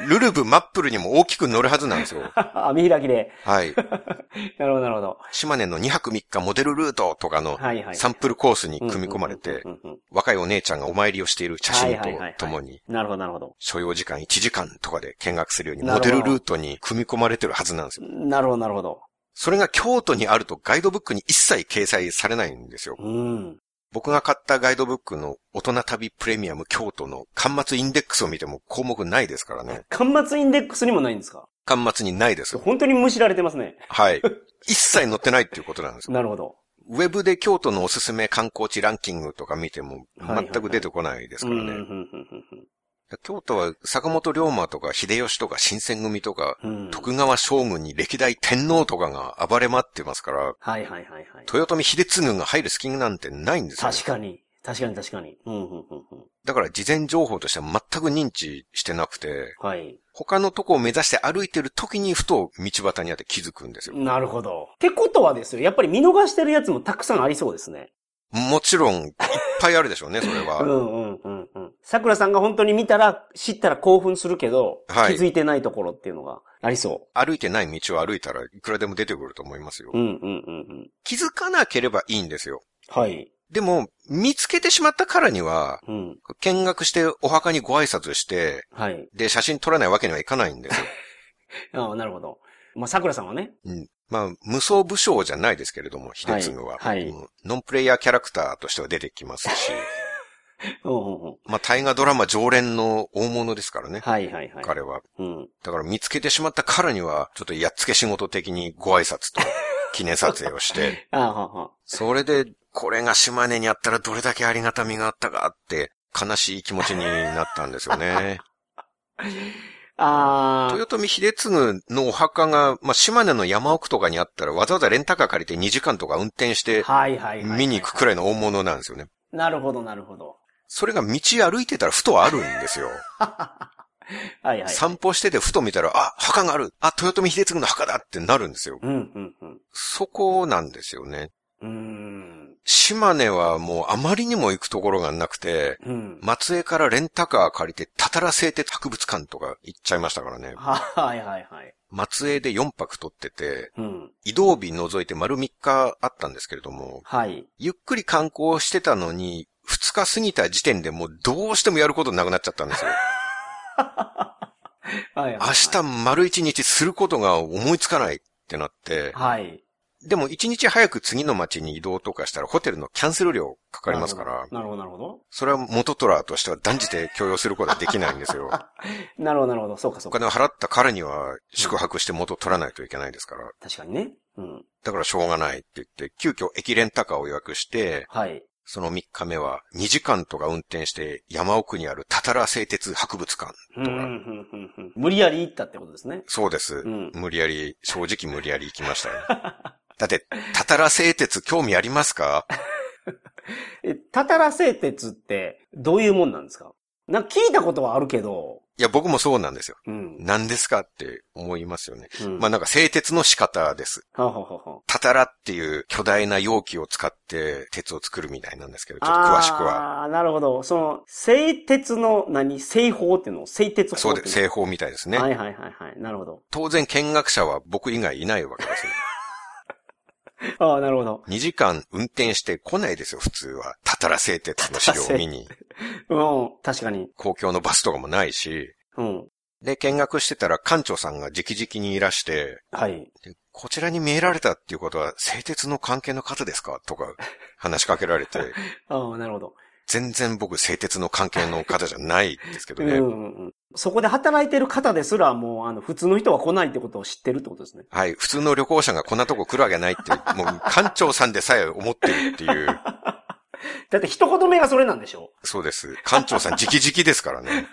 [SPEAKER 3] ルルブマップルにも大きく乗るはずなんですよ。
[SPEAKER 2] あ、見開きで。
[SPEAKER 3] はい。
[SPEAKER 2] なるほどなるほど。
[SPEAKER 3] 島根の2泊3日モデルルートとかの
[SPEAKER 2] はいはい。
[SPEAKER 3] サンプルコースに組み込まれて
[SPEAKER 2] う、んうんうんうん
[SPEAKER 3] 若いお姉ちゃんがお参りをしている写真と共に、
[SPEAKER 2] なるほどなるほど。
[SPEAKER 3] 所要時間1時間とかで見学するように
[SPEAKER 2] な
[SPEAKER 3] モ
[SPEAKER 2] るほ
[SPEAKER 3] デ
[SPEAKER 2] ど
[SPEAKER 3] ルルートに組み込まれてるはずなんですよ。
[SPEAKER 2] なるほどなるほど。
[SPEAKER 3] それが京都にあるとガイドブックに一切掲載されないんですよ。
[SPEAKER 2] うん。
[SPEAKER 3] 僕が買ったガイドブックの大人旅プレミアム京都の端末インデックスを見ても項目ないですからね。
[SPEAKER 2] 端末インデックスにもないんですか
[SPEAKER 3] 端末にないです。
[SPEAKER 2] 本当にむしられてますね。
[SPEAKER 3] はい。一切載ってないっていうことなんですよ。
[SPEAKER 2] なるほど。
[SPEAKER 3] ウェブで京都のおすすめ観光地ランキングとか見ても全く出てこないですからね。
[SPEAKER 2] うんうんうん
[SPEAKER 3] 京都は坂本龍馬とか秀吉とか新選組とか
[SPEAKER 2] うんうん
[SPEAKER 3] 徳川将軍に歴代天皇とかが暴れ回ってますから、
[SPEAKER 2] はいはいはいはい。
[SPEAKER 3] 豊臣秀次が入る隙なんてないんですよ。
[SPEAKER 2] 確かに。確かに確かに。うんうんうんうん。
[SPEAKER 3] だから事前情報としては全く認知してなくて、
[SPEAKER 2] はい。
[SPEAKER 3] 他のとこを目指して歩いてる時にふと道端にあって気づくんですよ。
[SPEAKER 2] なるほど。ってことはですよ、やっぱり見逃してるやつもたくさんありそうですね。
[SPEAKER 3] もちろん、いっぱいあるでしょうね、それ
[SPEAKER 2] うん
[SPEAKER 3] は。
[SPEAKER 2] うんうんうん。桜さんが本当に見たら、知ったら興奮するけど、
[SPEAKER 3] はい
[SPEAKER 2] 気づいてないところっていうのがありそ
[SPEAKER 3] 歩いてない道を歩いたらいくらでも出てくると思いますよ
[SPEAKER 2] う。う。んうんうんうん。
[SPEAKER 3] 気づかなければいいんですよ。
[SPEAKER 2] はい。
[SPEAKER 3] でも、見つけてしまったからには、
[SPEAKER 2] うん。
[SPEAKER 3] 見学してお墓にご挨拶して、
[SPEAKER 2] はい。
[SPEAKER 3] で、写真撮らないわけにはいかないん ですよ。
[SPEAKER 2] ああ、なるほど。まあ、桜さんはね。
[SPEAKER 3] うんまあ、無双武将じゃないですけれども、秀次は、
[SPEAKER 2] はいはい
[SPEAKER 3] うんノンプレイヤーキャラクターとしては出てきます し、
[SPEAKER 2] うんうんうん。
[SPEAKER 3] まあ、大河ドラマ常連の大物ですからね、
[SPEAKER 2] はいはいはい。
[SPEAKER 3] 彼は。
[SPEAKER 2] うん。
[SPEAKER 3] だから見つけてしまったからには、ちょっとやっつけ仕事的にご挨拶と記念撮影を して、
[SPEAKER 2] ああ、はあはあ。
[SPEAKER 3] それで、これが島根にあったらどれだけありがたみがあったかって、悲しい気持ちになったんですよね。
[SPEAKER 2] あー
[SPEAKER 3] 豊臣秀次のお墓が、まあ、島根の山奥とかにあったら、わざわざレンタカー借りて2時間とか運転して、
[SPEAKER 2] はいはいはい。
[SPEAKER 3] 見に行くくらいの大物なんですよね。
[SPEAKER 2] なるほど、なるほど。
[SPEAKER 3] それが道歩いてたらふとあるんですよ。
[SPEAKER 2] はいはい。
[SPEAKER 3] 散歩しててふと見たら、あ、墓があるあ、豊臣秀次の墓だってなるんですよ。
[SPEAKER 2] うん、うん、うん。
[SPEAKER 3] そこなんですよね。
[SPEAKER 2] うーん。
[SPEAKER 3] 島根はもうあまりにも行くところがなくて、
[SPEAKER 2] うん。
[SPEAKER 3] 松江からレンタカー借りて、たたら製鉄博物館とか行っちゃいましたからね。
[SPEAKER 2] はいはいはい。
[SPEAKER 3] 松江で4泊取ってて、
[SPEAKER 2] うん。
[SPEAKER 3] 移動日除いて丸3日あったんですけれども、
[SPEAKER 2] はい。
[SPEAKER 3] ゆっくり観光してたのに、2日過ぎた時点でもうどうしてもやることなくなっちゃったん ですよ。
[SPEAKER 2] はいはい。
[SPEAKER 3] 明日丸1日することが思いつかないってなって、
[SPEAKER 2] はい。
[SPEAKER 3] でも1日早く次の町に移動とかしたらホテルのキャンセル料かかりますから、
[SPEAKER 2] なるほど、なるほど。
[SPEAKER 3] それは元トラとしては断じて許容することはできないんですよ。
[SPEAKER 2] なるほど、なるほど。そうか、そう
[SPEAKER 3] お
[SPEAKER 2] か。
[SPEAKER 3] 金を払ったからには宿泊して元取らないといけないですから、
[SPEAKER 2] 確かにね。うん。
[SPEAKER 3] だからしょうがないって言って、急遽駅レンタカーを予約して、
[SPEAKER 2] はい。
[SPEAKER 3] その3日目は2時間とか運転して山奥にあるたたら製鉄博物館。
[SPEAKER 2] うん、うん、うん、うん。無理やり行ったってことですね。
[SPEAKER 3] そうです
[SPEAKER 2] う。ん。
[SPEAKER 3] 無理やり、正直無理やり行きました よ。だって、たたら製鉄興味ありますか
[SPEAKER 2] え、たたら製鉄って、どういうもんなんですかなんか聞いたことはあるけど、
[SPEAKER 3] いや、僕もそうなんですよ。
[SPEAKER 2] うん。
[SPEAKER 3] 何ですかって思いますよね。
[SPEAKER 2] うん
[SPEAKER 3] まあなんか製鉄の仕方です。
[SPEAKER 2] はははは。
[SPEAKER 3] たたらっていう巨大な容器を使って鉄を作るみたいなんですけど、ちょっと詳しくは。
[SPEAKER 2] ああー、なるほど。その、製鉄の何、製法っていうの製鉄法ってい
[SPEAKER 3] そうう
[SPEAKER 2] の
[SPEAKER 3] です。製法みたいですね。
[SPEAKER 2] はいはいはいはい。なるほど。
[SPEAKER 3] 当然見学者は僕以外いないわけですよ。
[SPEAKER 2] ああ、なるほど。
[SPEAKER 3] 2時間運転して来ないですよ、普通は。たたら製鉄の資料を見に。
[SPEAKER 2] うん、確かに。
[SPEAKER 3] 公共のバスとかもないし。
[SPEAKER 2] うん。
[SPEAKER 3] で、見学してたら館長さんが直々にいらして、
[SPEAKER 2] はい。
[SPEAKER 3] でこちらに見えられたっていうことは、製鉄の関係の方ですかとか、話しかけられて、
[SPEAKER 2] ああ、なるほど。
[SPEAKER 3] 全然僕製鉄の関係の方じゃないですけど
[SPEAKER 2] うん
[SPEAKER 3] ね。
[SPEAKER 2] うんうん。そこで働いてる方ですら、もう、あの、普通の人は来ないってことを知ってるってことですね。
[SPEAKER 3] はい。普通の旅行者がこんなとこ来るわけないって、もう館長さんでさえ思ってるっていう。
[SPEAKER 2] だって一言目がそれなんでしょ
[SPEAKER 3] そうです。館長さん直々ですか らね。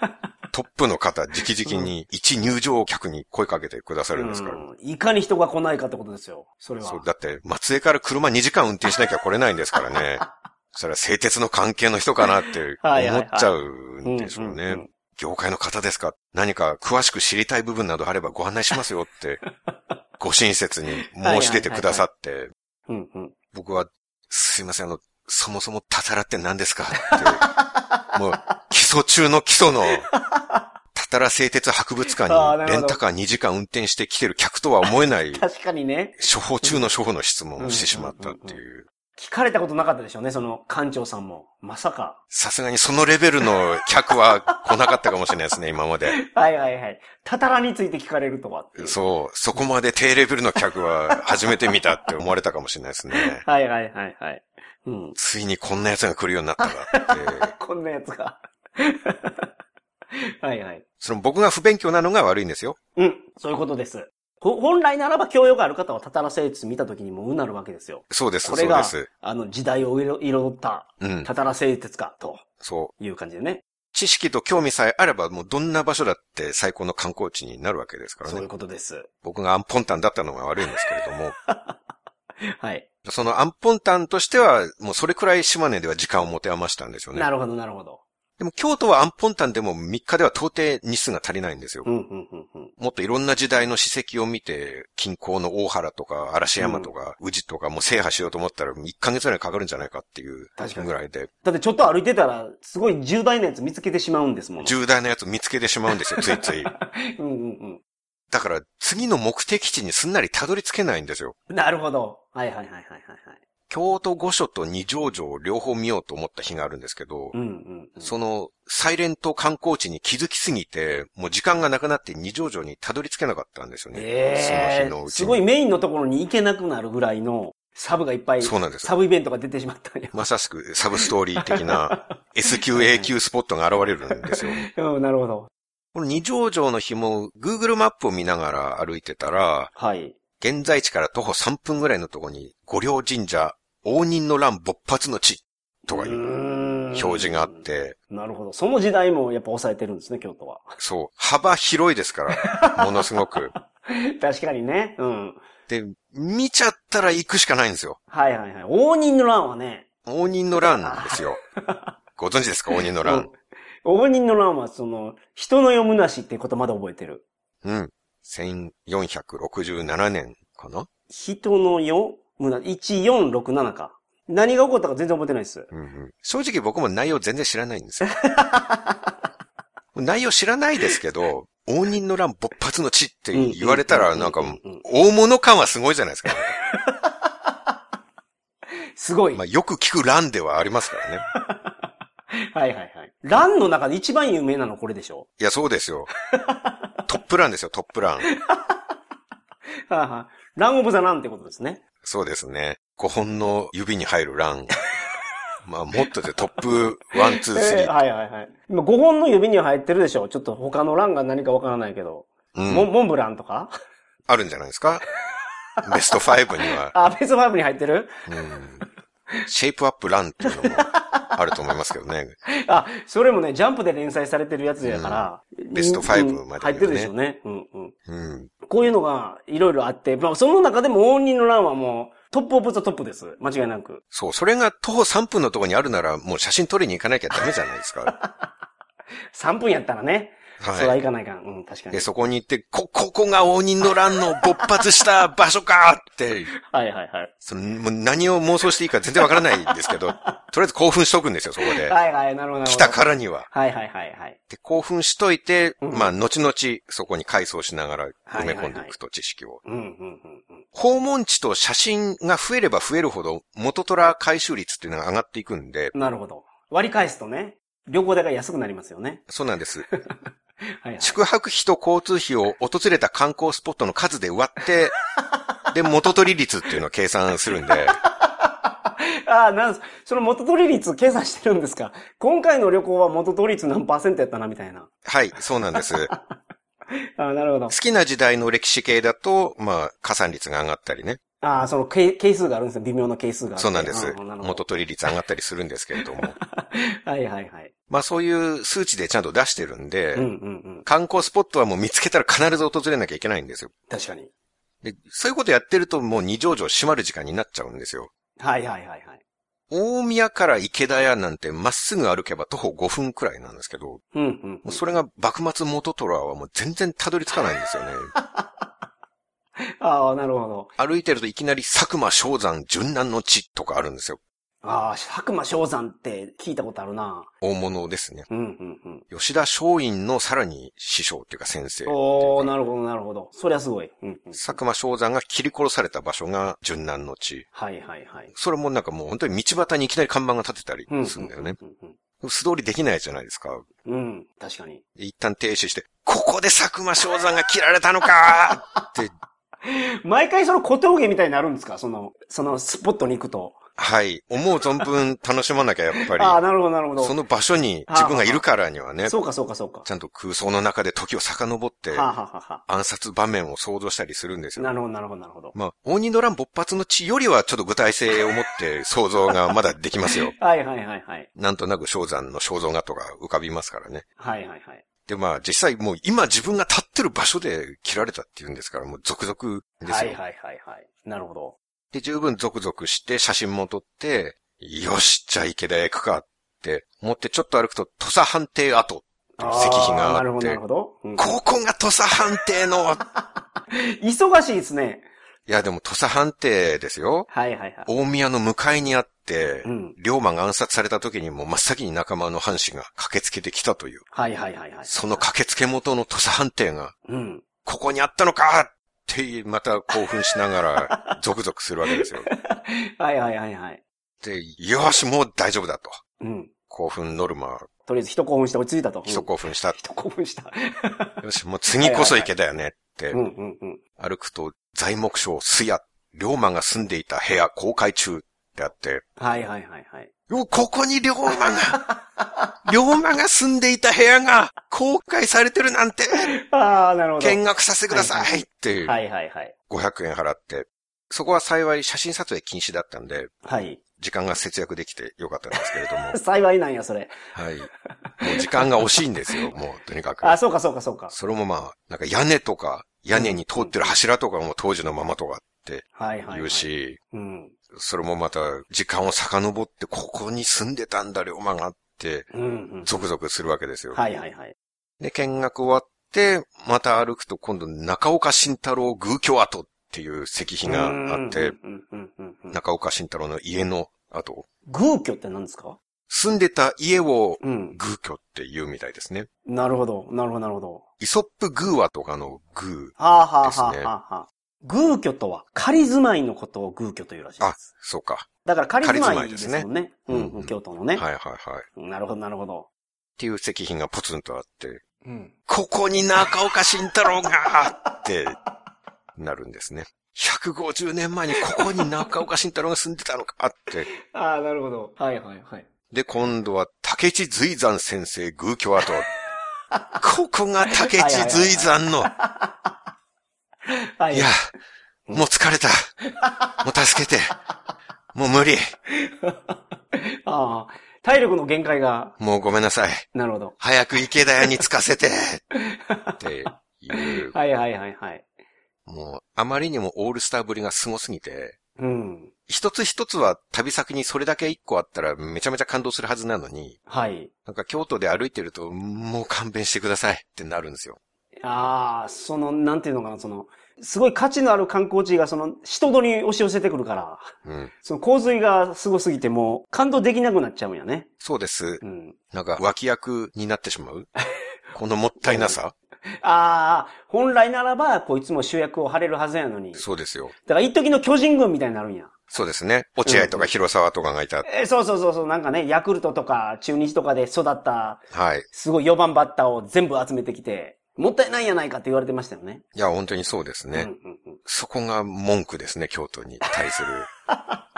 [SPEAKER 3] トップの方直々に一入場客に声かけてくださるんですから。
[SPEAKER 2] うんいかに人が来ないかってことですよ。それは。
[SPEAKER 3] そう、だって松江から車2時間運転しなきゃ来れないんですか らね。それは製鉄の関係の人かなって
[SPEAKER 2] はいはいは
[SPEAKER 3] 思
[SPEAKER 2] い
[SPEAKER 3] っちゃうんでしょうん
[SPEAKER 2] ん
[SPEAKER 3] ね
[SPEAKER 2] ん。
[SPEAKER 3] 業界の方ですか何か詳しく知りたい部分などあればご案内しますよって、ご親切に申し出てくださって、
[SPEAKER 2] うんうん。
[SPEAKER 3] 僕は、すいません、あの、そもそもタタラって何ですかって、もう、基礎中の基礎の、タタラ製鉄博物
[SPEAKER 2] あー
[SPEAKER 3] 館
[SPEAKER 2] なる
[SPEAKER 3] にレ
[SPEAKER 2] ほど
[SPEAKER 3] ンタカー2時間運転して来てる客とは思えない、
[SPEAKER 2] 確かにね、
[SPEAKER 3] 処方中の処方の質問をしてしまったっていう。
[SPEAKER 2] 聞かれたことなかったでしょうね、その館長さんも。まさか。
[SPEAKER 3] さすがにそのレベルの客は来なかったかもしれないですね、今まで。
[SPEAKER 2] はいはいはい。たたらについて聞かれるとはっていう。
[SPEAKER 3] そう、そこまで低レベルの客は初めて見たって思われたかもしれないですね。
[SPEAKER 2] はいはいはいはい。うん。
[SPEAKER 3] ついにこんな奴が来るようになったかって。
[SPEAKER 2] こんなやつが。 はいはい。
[SPEAKER 3] その僕が不勉強なのが悪いんですよ。
[SPEAKER 2] うん、そういうことです。ほ本来ならば教養がある方はたたら聖術見た時にもうなるわけですよ。
[SPEAKER 3] そうです、そ
[SPEAKER 2] こ
[SPEAKER 3] う
[SPEAKER 2] れが
[SPEAKER 3] です。、
[SPEAKER 2] あの、時代を彩彩った、
[SPEAKER 3] うん。
[SPEAKER 2] たたら聖術か、と
[SPEAKER 3] そう。
[SPEAKER 2] いう感じでね。
[SPEAKER 3] 知識と興味さえあれば、もうどんな場所だって最高の観光地になるわけですから
[SPEAKER 2] そうい
[SPEAKER 3] ね
[SPEAKER 2] う。ことです。
[SPEAKER 3] 僕がアンポンタンだったのが悪いんですけれども、
[SPEAKER 2] はい。
[SPEAKER 3] そのアンポンタンとしては、もうそれくらい島根では時間を持て余したんですよね
[SPEAKER 2] な。るほど、なるほど。
[SPEAKER 3] でも京都はアンポンタンでも3日では到底日数が足りないんですよ
[SPEAKER 2] う。ん、うん、うん、うん。
[SPEAKER 3] もっといろんな時代の史跡を見て、近郊の大原とか嵐山とか宇治とかもう制覇しようと思ったら1ヶ月ぐらいかかるんじゃないかっていう
[SPEAKER 2] 確かに
[SPEAKER 3] ぐらいで、
[SPEAKER 2] だってちょっと歩いてたら、すごい重大なやつ見つけてしまうんですもん。
[SPEAKER 3] 重大なやつ見つけてしまうんですよ、ついつい。
[SPEAKER 2] うんうん
[SPEAKER 3] だから次の目的地にすんなりたどり着けないんですよ。
[SPEAKER 2] うん。なるほど。はいはいはいはいはい。はい
[SPEAKER 3] 京都御所と二条城を両方見ようと思った日があるんですけど
[SPEAKER 2] う、んうんうん。
[SPEAKER 3] その、サイレント観光地に気づきすぎて、もう時間がなくなって二条城にたどり着けなかったんですよね。
[SPEAKER 2] ええ
[SPEAKER 3] その日のうちに
[SPEAKER 2] すごいメインのところに行けなくなるぐらいのサブがいっぱい、
[SPEAKER 3] そうなんですよ
[SPEAKER 2] サブイベントが出てしまったんや。
[SPEAKER 3] まさしくサブストーリー的な S 級 A 級スポットが現れる んですよ。
[SPEAKER 2] うん、なるほど。
[SPEAKER 3] この二条城の日も Google マップを見ながら歩いてたら、
[SPEAKER 2] はい。
[SPEAKER 3] 現在地から徒歩3分ぐらいのところに、五稜神社、応仁の乱勃発の地とかいう
[SPEAKER 2] 表
[SPEAKER 3] 表示があっ。て、
[SPEAKER 2] なるほど。その時代もやっぱ抑えてるんですね、京都は。
[SPEAKER 3] そう、幅広いです から、ものすごく。
[SPEAKER 2] 確かにね。うん。
[SPEAKER 3] で、見ちゃったら行くしかないんですよ。
[SPEAKER 2] はいはいはい。応仁の乱はね、
[SPEAKER 3] 応仁の乱なんですよ。ご存知 ですか応仁の
[SPEAKER 2] う
[SPEAKER 3] 乱
[SPEAKER 2] ん。応仁の乱はその、人の読むなしっていうことまだ覚えてる。
[SPEAKER 3] うん。1467年かな
[SPEAKER 2] 人の読むな、1467か。何が起こったか全然覚えてないです。
[SPEAKER 3] うんうん正直僕も内容全然知らないん ですよ。内容知らないですけど、応仁の乱勃発の地って言われたらなんか
[SPEAKER 2] うんうんうんうん、
[SPEAKER 3] 大物感はすごいじゃないですか。
[SPEAKER 2] すごい。
[SPEAKER 3] ま
[SPEAKER 2] は
[SPEAKER 3] あよく聞く乱ではありますからね。
[SPEAKER 2] いはいはい。乱の中で一番有名なのこれでしょ
[SPEAKER 3] いや、そうで すよ。トップ乱ですよ、トップ乱。
[SPEAKER 2] はあはあ乱オブザ乱ってことですね。
[SPEAKER 3] そうですね。5本の指に入る乱。まあもっとでトップ1、2、
[SPEAKER 2] えー
[SPEAKER 3] 3。
[SPEAKER 2] はいはいはい。今5本の指には入ってるでしょちょっと他の乱が何かわからないけど。
[SPEAKER 3] うん
[SPEAKER 2] モンモンブランとか
[SPEAKER 3] あるんじゃないですかベスト5には、
[SPEAKER 2] あ、ベース5に入ってる
[SPEAKER 3] うんシェイプアップランっていうのもあると思いますけどね。
[SPEAKER 2] あ、それもね、ジャンプで連載されてるやつやから。
[SPEAKER 3] ベスト5
[SPEAKER 2] うん
[SPEAKER 3] までにはね
[SPEAKER 2] 入ってるでしょうね。うんうん。
[SPEAKER 3] うん、
[SPEAKER 2] こういうのがいろいろあって、まあその中でも応仁の乱はもうトップオブザトップです。間違いなく。
[SPEAKER 3] そう、それが徒歩3分 のところにあるなら、もう写真撮りに行かなきゃダメじゃないですか。
[SPEAKER 2] 3分やったらね。それはいかないかん。うん、確かに
[SPEAKER 3] で、。そこに行って、こ、ここが応仁の乱の勃発した場所かって、
[SPEAKER 2] はいはいはい。
[SPEAKER 3] そのもう何を妄想していいか全然わからないんです けど、とりあえず興奮しとくんですよ、そこで。
[SPEAKER 2] はいはい、なるほど。
[SPEAKER 3] 来た。からには。
[SPEAKER 2] はいはいはいはい。
[SPEAKER 3] で、興奮しといて、
[SPEAKER 2] うん
[SPEAKER 3] まあ、後々、そこに改装しながら埋め込んでいくと、知識を。
[SPEAKER 2] うんうんうんうん。
[SPEAKER 3] 訪問地と写真が増えれば増えるほど、元虎回収率っていうのが上がっていくんで、
[SPEAKER 2] なるほど。割り返すとね、旅行代が安くなりますよね。
[SPEAKER 3] そうなんです。
[SPEAKER 2] はいはい。
[SPEAKER 3] 宿泊費と交通費を訪れた観光スポットの数で割 って、で、元取り率っていうのを計算するんで、
[SPEAKER 2] ああ、なんすその元取り率計算してるんですか今回の旅行は元取り率何パーセントやったな、みたいな。
[SPEAKER 3] はい、そうな んです。好
[SPEAKER 2] ああ、なるほど。
[SPEAKER 3] きな時代の歴史系だと、まあ、加算率が上がったりね。
[SPEAKER 2] ああ、その係係数があるんですね。微妙な係数がある。
[SPEAKER 3] そうなんです。
[SPEAKER 2] あなるほ
[SPEAKER 3] 元
[SPEAKER 2] ど。
[SPEAKER 3] 取り率上がったりするんですけれども。
[SPEAKER 2] はいはいはい。
[SPEAKER 3] まあ、そういう数値でちゃんと出してるんで、
[SPEAKER 2] うんうんうん。
[SPEAKER 3] 観光スポットはもう見つけたら必ず訪れなきゃいけないんですよ。
[SPEAKER 2] 確かに。
[SPEAKER 3] で、そういうことやってるともう二条城閉まる時間になっちゃうんですよ。
[SPEAKER 2] はいはいはいはい。
[SPEAKER 3] 大宮から池田屋なんてまっすぐ歩けば徒歩5分くらいなんですけど、も
[SPEAKER 2] うんうんう。
[SPEAKER 3] うんそれが幕末元虎はもう全然たどり着かないんで すよね。
[SPEAKER 2] ああ、なるほど。
[SPEAKER 3] 歩いてるといきなり佐久間昭山順南の地とかあるんですよ。
[SPEAKER 2] ああ、白馬昇山って聞いたことあるな。
[SPEAKER 3] 大物ですね。
[SPEAKER 2] うんうんうん。
[SPEAKER 3] 吉田松陰のさらに師匠っていうか先生っていうか
[SPEAKER 2] おー、なるほどなるほど。そりゃすごい。うんうん。
[SPEAKER 3] 佐久間昭山が切り殺された場所が順南の地。
[SPEAKER 2] はいはいはい。
[SPEAKER 3] それもなんかもう本当に道端にいきなり看板が立てたり
[SPEAKER 2] うう
[SPEAKER 3] するんだよね。
[SPEAKER 2] うんうん
[SPEAKER 3] 素通りできないじゃないですか。
[SPEAKER 2] うん。うん、確かに。
[SPEAKER 3] 一旦停止して、ここで佐久間昭山が切られたのか
[SPEAKER 2] 毎回その小峠みたいになるんですかその、そのスポットに行くと。
[SPEAKER 3] はい。思う存分楽しまなきゃやっ
[SPEAKER 2] ああ、
[SPEAKER 3] ぱ
[SPEAKER 2] なるほど、なるほ
[SPEAKER 3] り、
[SPEAKER 2] ど。
[SPEAKER 3] その場所に自分がいるからにはね、ち
[SPEAKER 2] そうか、そうか、そうか。
[SPEAKER 3] ゃんと空想の中で時を遡って
[SPEAKER 2] はあ、はあはあは
[SPEAKER 3] 暗殺場面を想像したりするんです
[SPEAKER 2] あ、
[SPEAKER 3] よ。
[SPEAKER 2] なるほど、なるほど、なるほど。。
[SPEAKER 3] まあ、応仁の乱勃発の地よりはちょっと具体性を持って想像がまだできますよ
[SPEAKER 2] はいはいはいはい。
[SPEAKER 3] なんとなく昭山の肖像画とか浮かびますからね。
[SPEAKER 2] はいはいはい。
[SPEAKER 3] で、まあ実際もう今自分が立ってる場所で切られたっていうんですから、もう続々で
[SPEAKER 2] は
[SPEAKER 3] す
[SPEAKER 2] い
[SPEAKER 3] よ。
[SPEAKER 2] はいはいはい。なるほど。
[SPEAKER 3] で、十分続々して写真も撮って、よし、じゃあ池田へ行くかって思ってちょっと歩くと土佐判定跡っていう石碑
[SPEAKER 2] あー
[SPEAKER 3] が
[SPEAKER 2] なる
[SPEAKER 3] あ
[SPEAKER 2] ほど、な
[SPEAKER 3] って
[SPEAKER 2] る、ほど。うん
[SPEAKER 3] ここが土佐判定の、い
[SPEAKER 2] 忙しいですね。
[SPEAKER 3] やでも土佐判定ですよ。
[SPEAKER 2] はいはいはい。
[SPEAKER 3] 大宮の向かいにあって
[SPEAKER 2] う、ん。
[SPEAKER 3] 龍馬が暗殺された時にもう真っ先に仲間の藩士が駆けつけてきたという、
[SPEAKER 2] はいはいはいはい。
[SPEAKER 3] その駆けつけ元の土佐判定が、
[SPEAKER 2] うん。
[SPEAKER 3] ここにあったのかって、また興奮しなが ら、ゾクゾクするわけですよ。
[SPEAKER 2] はいはいはいはい。
[SPEAKER 3] で、よし、もう大丈夫だと。
[SPEAKER 2] うん。
[SPEAKER 3] 興奮ノルマ、
[SPEAKER 2] とりあえず一興奮して落ち着いたと。うん
[SPEAKER 3] 一興奮した。
[SPEAKER 2] 一興奮した。
[SPEAKER 3] よし、もう次こそ行けだよねって
[SPEAKER 2] う、んうんうん。
[SPEAKER 3] 歩くと、材木商、すや、龍馬が住んでいた部屋公開中ってあって、
[SPEAKER 2] はいはいはいはい。
[SPEAKER 3] よここに龍馬が、 龍馬が住んでいた部屋が公開されてるなんて、
[SPEAKER 2] ああ、なるほど。
[SPEAKER 3] 見学させてくださいっていう、
[SPEAKER 2] はいはいはい。
[SPEAKER 3] 500円払って、そこは幸い写真撮影禁止だったんで、
[SPEAKER 2] はい。、
[SPEAKER 3] 時間が節約できてよかったんですけれども
[SPEAKER 2] 幸いなんや、それ。
[SPEAKER 3] はい。もう時間が惜しいんですよ、もう、とにかく。
[SPEAKER 2] あ、そうかそうかそうか。
[SPEAKER 3] それもまあ、なんか屋根とか、屋根に通ってる柱とかも当時のままとかって
[SPEAKER 2] はいはい、はい。
[SPEAKER 3] 言うし、
[SPEAKER 2] うん。
[SPEAKER 3] それもまた、時間を遡って、ここに住んでたんだ、龍馬がって、
[SPEAKER 2] うん、うん。
[SPEAKER 3] ゾクゾクするわけですよ。
[SPEAKER 2] はいはいはい。
[SPEAKER 3] で、見学終わって、また歩くと今度、中岡慎太郎偶居跡っていう石碑があって
[SPEAKER 2] う、んうんうんうんうん。
[SPEAKER 3] 中岡慎太郎の家の跡、
[SPEAKER 2] 偶居って何ですか
[SPEAKER 3] 住んでた家を
[SPEAKER 2] うん。
[SPEAKER 3] 偶居って言うみたいですね。
[SPEAKER 2] なるほど、なるほど、なるほど。
[SPEAKER 3] イソップグーワとかのグ
[SPEAKER 2] はあ、はあ
[SPEAKER 3] ですね
[SPEAKER 2] はあはあはあ。偶居とは、仮住まいのことを偶居というらしい
[SPEAKER 3] ー。
[SPEAKER 2] で
[SPEAKER 3] あ
[SPEAKER 2] す。、
[SPEAKER 3] そうか。
[SPEAKER 2] だから仮住まい
[SPEAKER 3] 仮
[SPEAKER 2] で
[SPEAKER 3] 住
[SPEAKER 2] す
[SPEAKER 3] まいですね
[SPEAKER 2] もんね。う
[SPEAKER 3] うん
[SPEAKER 2] ん、
[SPEAKER 3] う
[SPEAKER 2] うんん、京都のね。
[SPEAKER 3] はいはいはい。っ
[SPEAKER 2] なるほど、なるほど。
[SPEAKER 3] ていう石品がポツンとあって、
[SPEAKER 2] うん。
[SPEAKER 3] ここに中岡慎太郎がってなるんですね。150年前にここに中岡慎太郎が住んでたのかって。
[SPEAKER 2] ああ、なるほど。はいはいはい。
[SPEAKER 3] で、今度は竹地随山先生偶居跡。ここが竹地随山の。
[SPEAKER 2] はいい。
[SPEAKER 3] や、もう疲れた。もう助けて。もう無理。
[SPEAKER 2] ああ、体力の限界が、
[SPEAKER 3] もうごめんなさい。
[SPEAKER 2] なるほど。
[SPEAKER 3] 早く池田屋に着かせて。っていう。
[SPEAKER 2] はいはいはいはい。
[SPEAKER 3] もう、あまりにもオールスターぶりが凄すぎて、
[SPEAKER 2] うん。
[SPEAKER 3] 一つ一つは旅先にそれだけ一個あったらめちゃめちゃ感動するはずなのに、
[SPEAKER 2] はい。
[SPEAKER 3] なんか京都で歩いてると、もう勘弁してくださいってなるんですよ。
[SPEAKER 2] ああ、その、なんていうのかな、その、すごい価値のある観光地が、その、人通りに押し寄せてくるから、
[SPEAKER 3] うん。
[SPEAKER 2] その洪水がすごすぎてもう、感動できなくなっちゃうんやね。
[SPEAKER 3] そうです。
[SPEAKER 2] うん。
[SPEAKER 3] なんか脇役になってしまうこのもったいなさ
[SPEAKER 2] ああ、本来ならば、こう、いつも主役を張れるはずやのに。だ
[SPEAKER 3] そうですよ。
[SPEAKER 2] から、一時の巨人軍みたいになるんや。
[SPEAKER 3] そうですね。落合とか広沢とかがいた。
[SPEAKER 2] えーそうそうそうそう、なんかね、ヤクルトとか、中日とかで育った、
[SPEAKER 3] はい。
[SPEAKER 2] すごい4番バッターを全部集めてきて、もったいないやないかって言われてましたよね。
[SPEAKER 3] いや、本当にそうですね。
[SPEAKER 2] うんうんうん
[SPEAKER 3] そこが文句ですね、京都に対 する。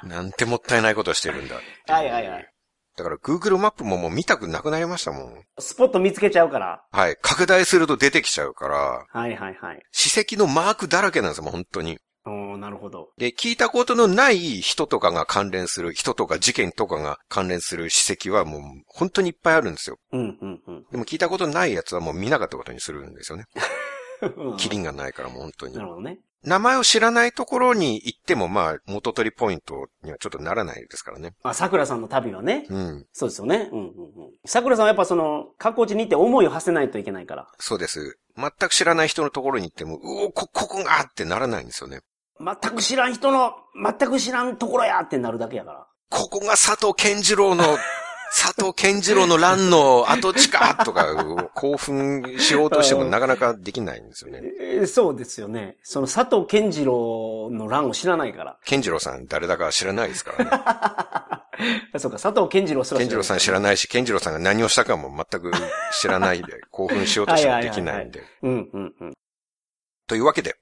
[SPEAKER 3] なんてもったいないことしてるんだってう
[SPEAKER 2] はいはいはい。
[SPEAKER 3] だから Google マップももう見たくなくなりましたもん。
[SPEAKER 2] スポット見つけちゃうから。
[SPEAKER 3] はい。拡大すると出てきちゃうから、
[SPEAKER 2] はいはいはい。
[SPEAKER 3] 史跡のマークだらけなんですもん、本当に。
[SPEAKER 2] おー、なるほど。
[SPEAKER 3] で、聞いたことのない人とかが関連する、人とか事件とかが関連する史跡はもう本当にいっぱいあるんですよ。
[SPEAKER 2] うんうんうん
[SPEAKER 3] でも聞いたことないやつはもう見なかったことにするんですよね。
[SPEAKER 2] うん。
[SPEAKER 3] キリンがないからもう本当に
[SPEAKER 2] な。るほどね。
[SPEAKER 3] 名前を知らないところに行ってもまあ元取りポイントにはちょっとならないですからね。
[SPEAKER 2] まあ、桜さんの旅はね。
[SPEAKER 3] うん。
[SPEAKER 2] そうですよね。うんうんうん。桜さんはやっぱその、観光地に行って思いを馳せないといけないから。
[SPEAKER 3] そうです。全く知らない人のところに行っても、うお、こ、ここがってならないんですよね。
[SPEAKER 2] 全く知らん人の、全く知らんところやってなるだけやから。
[SPEAKER 3] ここが佐藤健次郎の、佐藤健次郎の乱の跡地かとか、うお興奮しようとしてもなかなかできないんですよね。
[SPEAKER 2] えーそうですよね。その佐藤健次郎の乱を知らないから。
[SPEAKER 3] 健次郎さん誰だか知らないで すからね。
[SPEAKER 2] そうか、佐藤健次郎すら
[SPEAKER 3] 健次郎さん知
[SPEAKER 2] ら
[SPEAKER 3] らないし、健次郎さんが何をしたかも全く知らないで、興奮しようとしてもできないんで。
[SPEAKER 2] うんうんうん。
[SPEAKER 3] というわけで、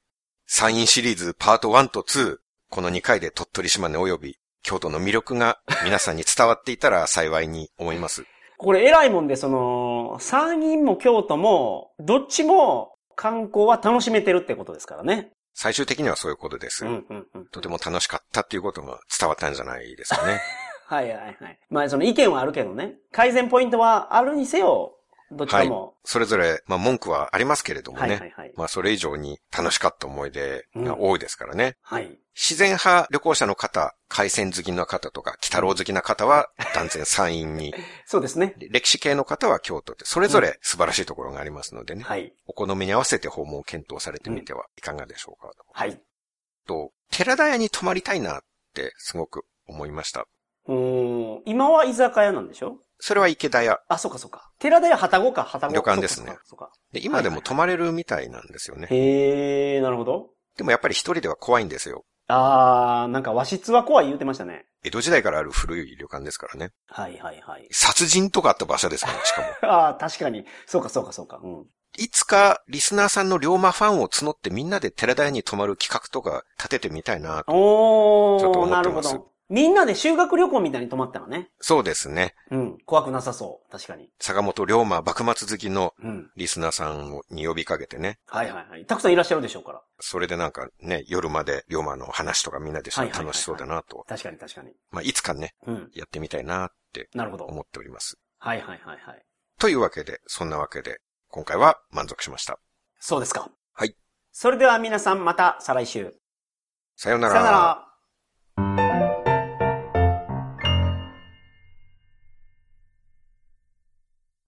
[SPEAKER 3] サインシリーズパート1と2、この2回で鳥取島根及び京都の魅力が皆さんに伝わっていたら幸いに思います。
[SPEAKER 2] これ偉いもんで、その、参議院も京都も、どっちも観光は楽しめてるってことですからね。
[SPEAKER 3] 最終的にはそういうことです。
[SPEAKER 2] うんうんうん。
[SPEAKER 3] とても楽しかったっていうことが伝わったんじゃないですかね。
[SPEAKER 2] はいはいはい。まあその意見はあるけどね。改善ポイントはあるにせよ、どっちかも。
[SPEAKER 3] それぞれ、まあ文句はありますけれどもね。
[SPEAKER 2] はいはいはい。
[SPEAKER 3] まあそれ以上に楽しかった思い出が多いですからね。
[SPEAKER 2] はい。
[SPEAKER 3] 自然派旅行者の方、海鮮好きな方とか、鬼太郎好きな方は断然山陰に、
[SPEAKER 2] そうですね。
[SPEAKER 3] で歴史系の方は京都って、それぞれ素晴らしいところがありますのでね。
[SPEAKER 2] はい。
[SPEAKER 3] お好みに合わせて訪問を検討されてみてはいかがでしょうか。
[SPEAKER 2] はい。
[SPEAKER 3] と、寺田屋に泊まりたいなってすごく思いました。
[SPEAKER 2] うーん。今は居酒屋なんでしょ
[SPEAKER 3] それは池田屋。
[SPEAKER 2] あ、そうかそうか。寺田屋旗子か、旗子
[SPEAKER 3] 旅館ですね
[SPEAKER 2] そうか
[SPEAKER 3] で、今でも泊まれるみたいなんですよね。
[SPEAKER 2] へえー、なるほど。
[SPEAKER 3] でもやっぱり一人では怖いんですよ。
[SPEAKER 2] あー、なんか和室は怖い言うてましたね。
[SPEAKER 3] 江戸時代からある古い旅館ですからね。
[SPEAKER 2] はいはいはい。
[SPEAKER 3] 殺人とかあった場所ですから、 しかも。
[SPEAKER 2] ああ、確かに。そうかそうかそうか。うん。
[SPEAKER 3] いつかリスナーさんの龍馬ファンを募ってみんなで寺田屋に泊まる企画とか立ててみたいな。
[SPEAKER 2] お
[SPEAKER 3] ちょっと
[SPEAKER 2] ー、
[SPEAKER 3] 思
[SPEAKER 2] な
[SPEAKER 3] っ
[SPEAKER 2] る
[SPEAKER 3] て
[SPEAKER 2] ほ
[SPEAKER 3] ます
[SPEAKER 2] ど。みんなで修学旅行みたいに泊まったらね。
[SPEAKER 3] そうですね。
[SPEAKER 2] うん。怖くなさそう。確かに。
[SPEAKER 3] 坂本龍馬幕末好きの
[SPEAKER 2] うん。
[SPEAKER 3] リスナーさんに呼びかけてね。
[SPEAKER 2] はいはいはい。たくさんいらっしゃるでしょうから。
[SPEAKER 3] それでなんかね、夜まで龍馬の話とかみんなでしたら
[SPEAKER 2] はいはいはいはい
[SPEAKER 3] 楽しそうだなと。
[SPEAKER 2] 確かに確かに。
[SPEAKER 3] まあ、いつかね、
[SPEAKER 2] うん。
[SPEAKER 3] やってみたいなって
[SPEAKER 2] なるほど。
[SPEAKER 3] 思っております。
[SPEAKER 2] はいはいはいはい。
[SPEAKER 3] というわけで、そんなわけで、今回は満足しました。
[SPEAKER 2] そうですか。
[SPEAKER 3] はい。
[SPEAKER 2] それでは皆さんまた再来週。
[SPEAKER 3] さような
[SPEAKER 2] さよなら。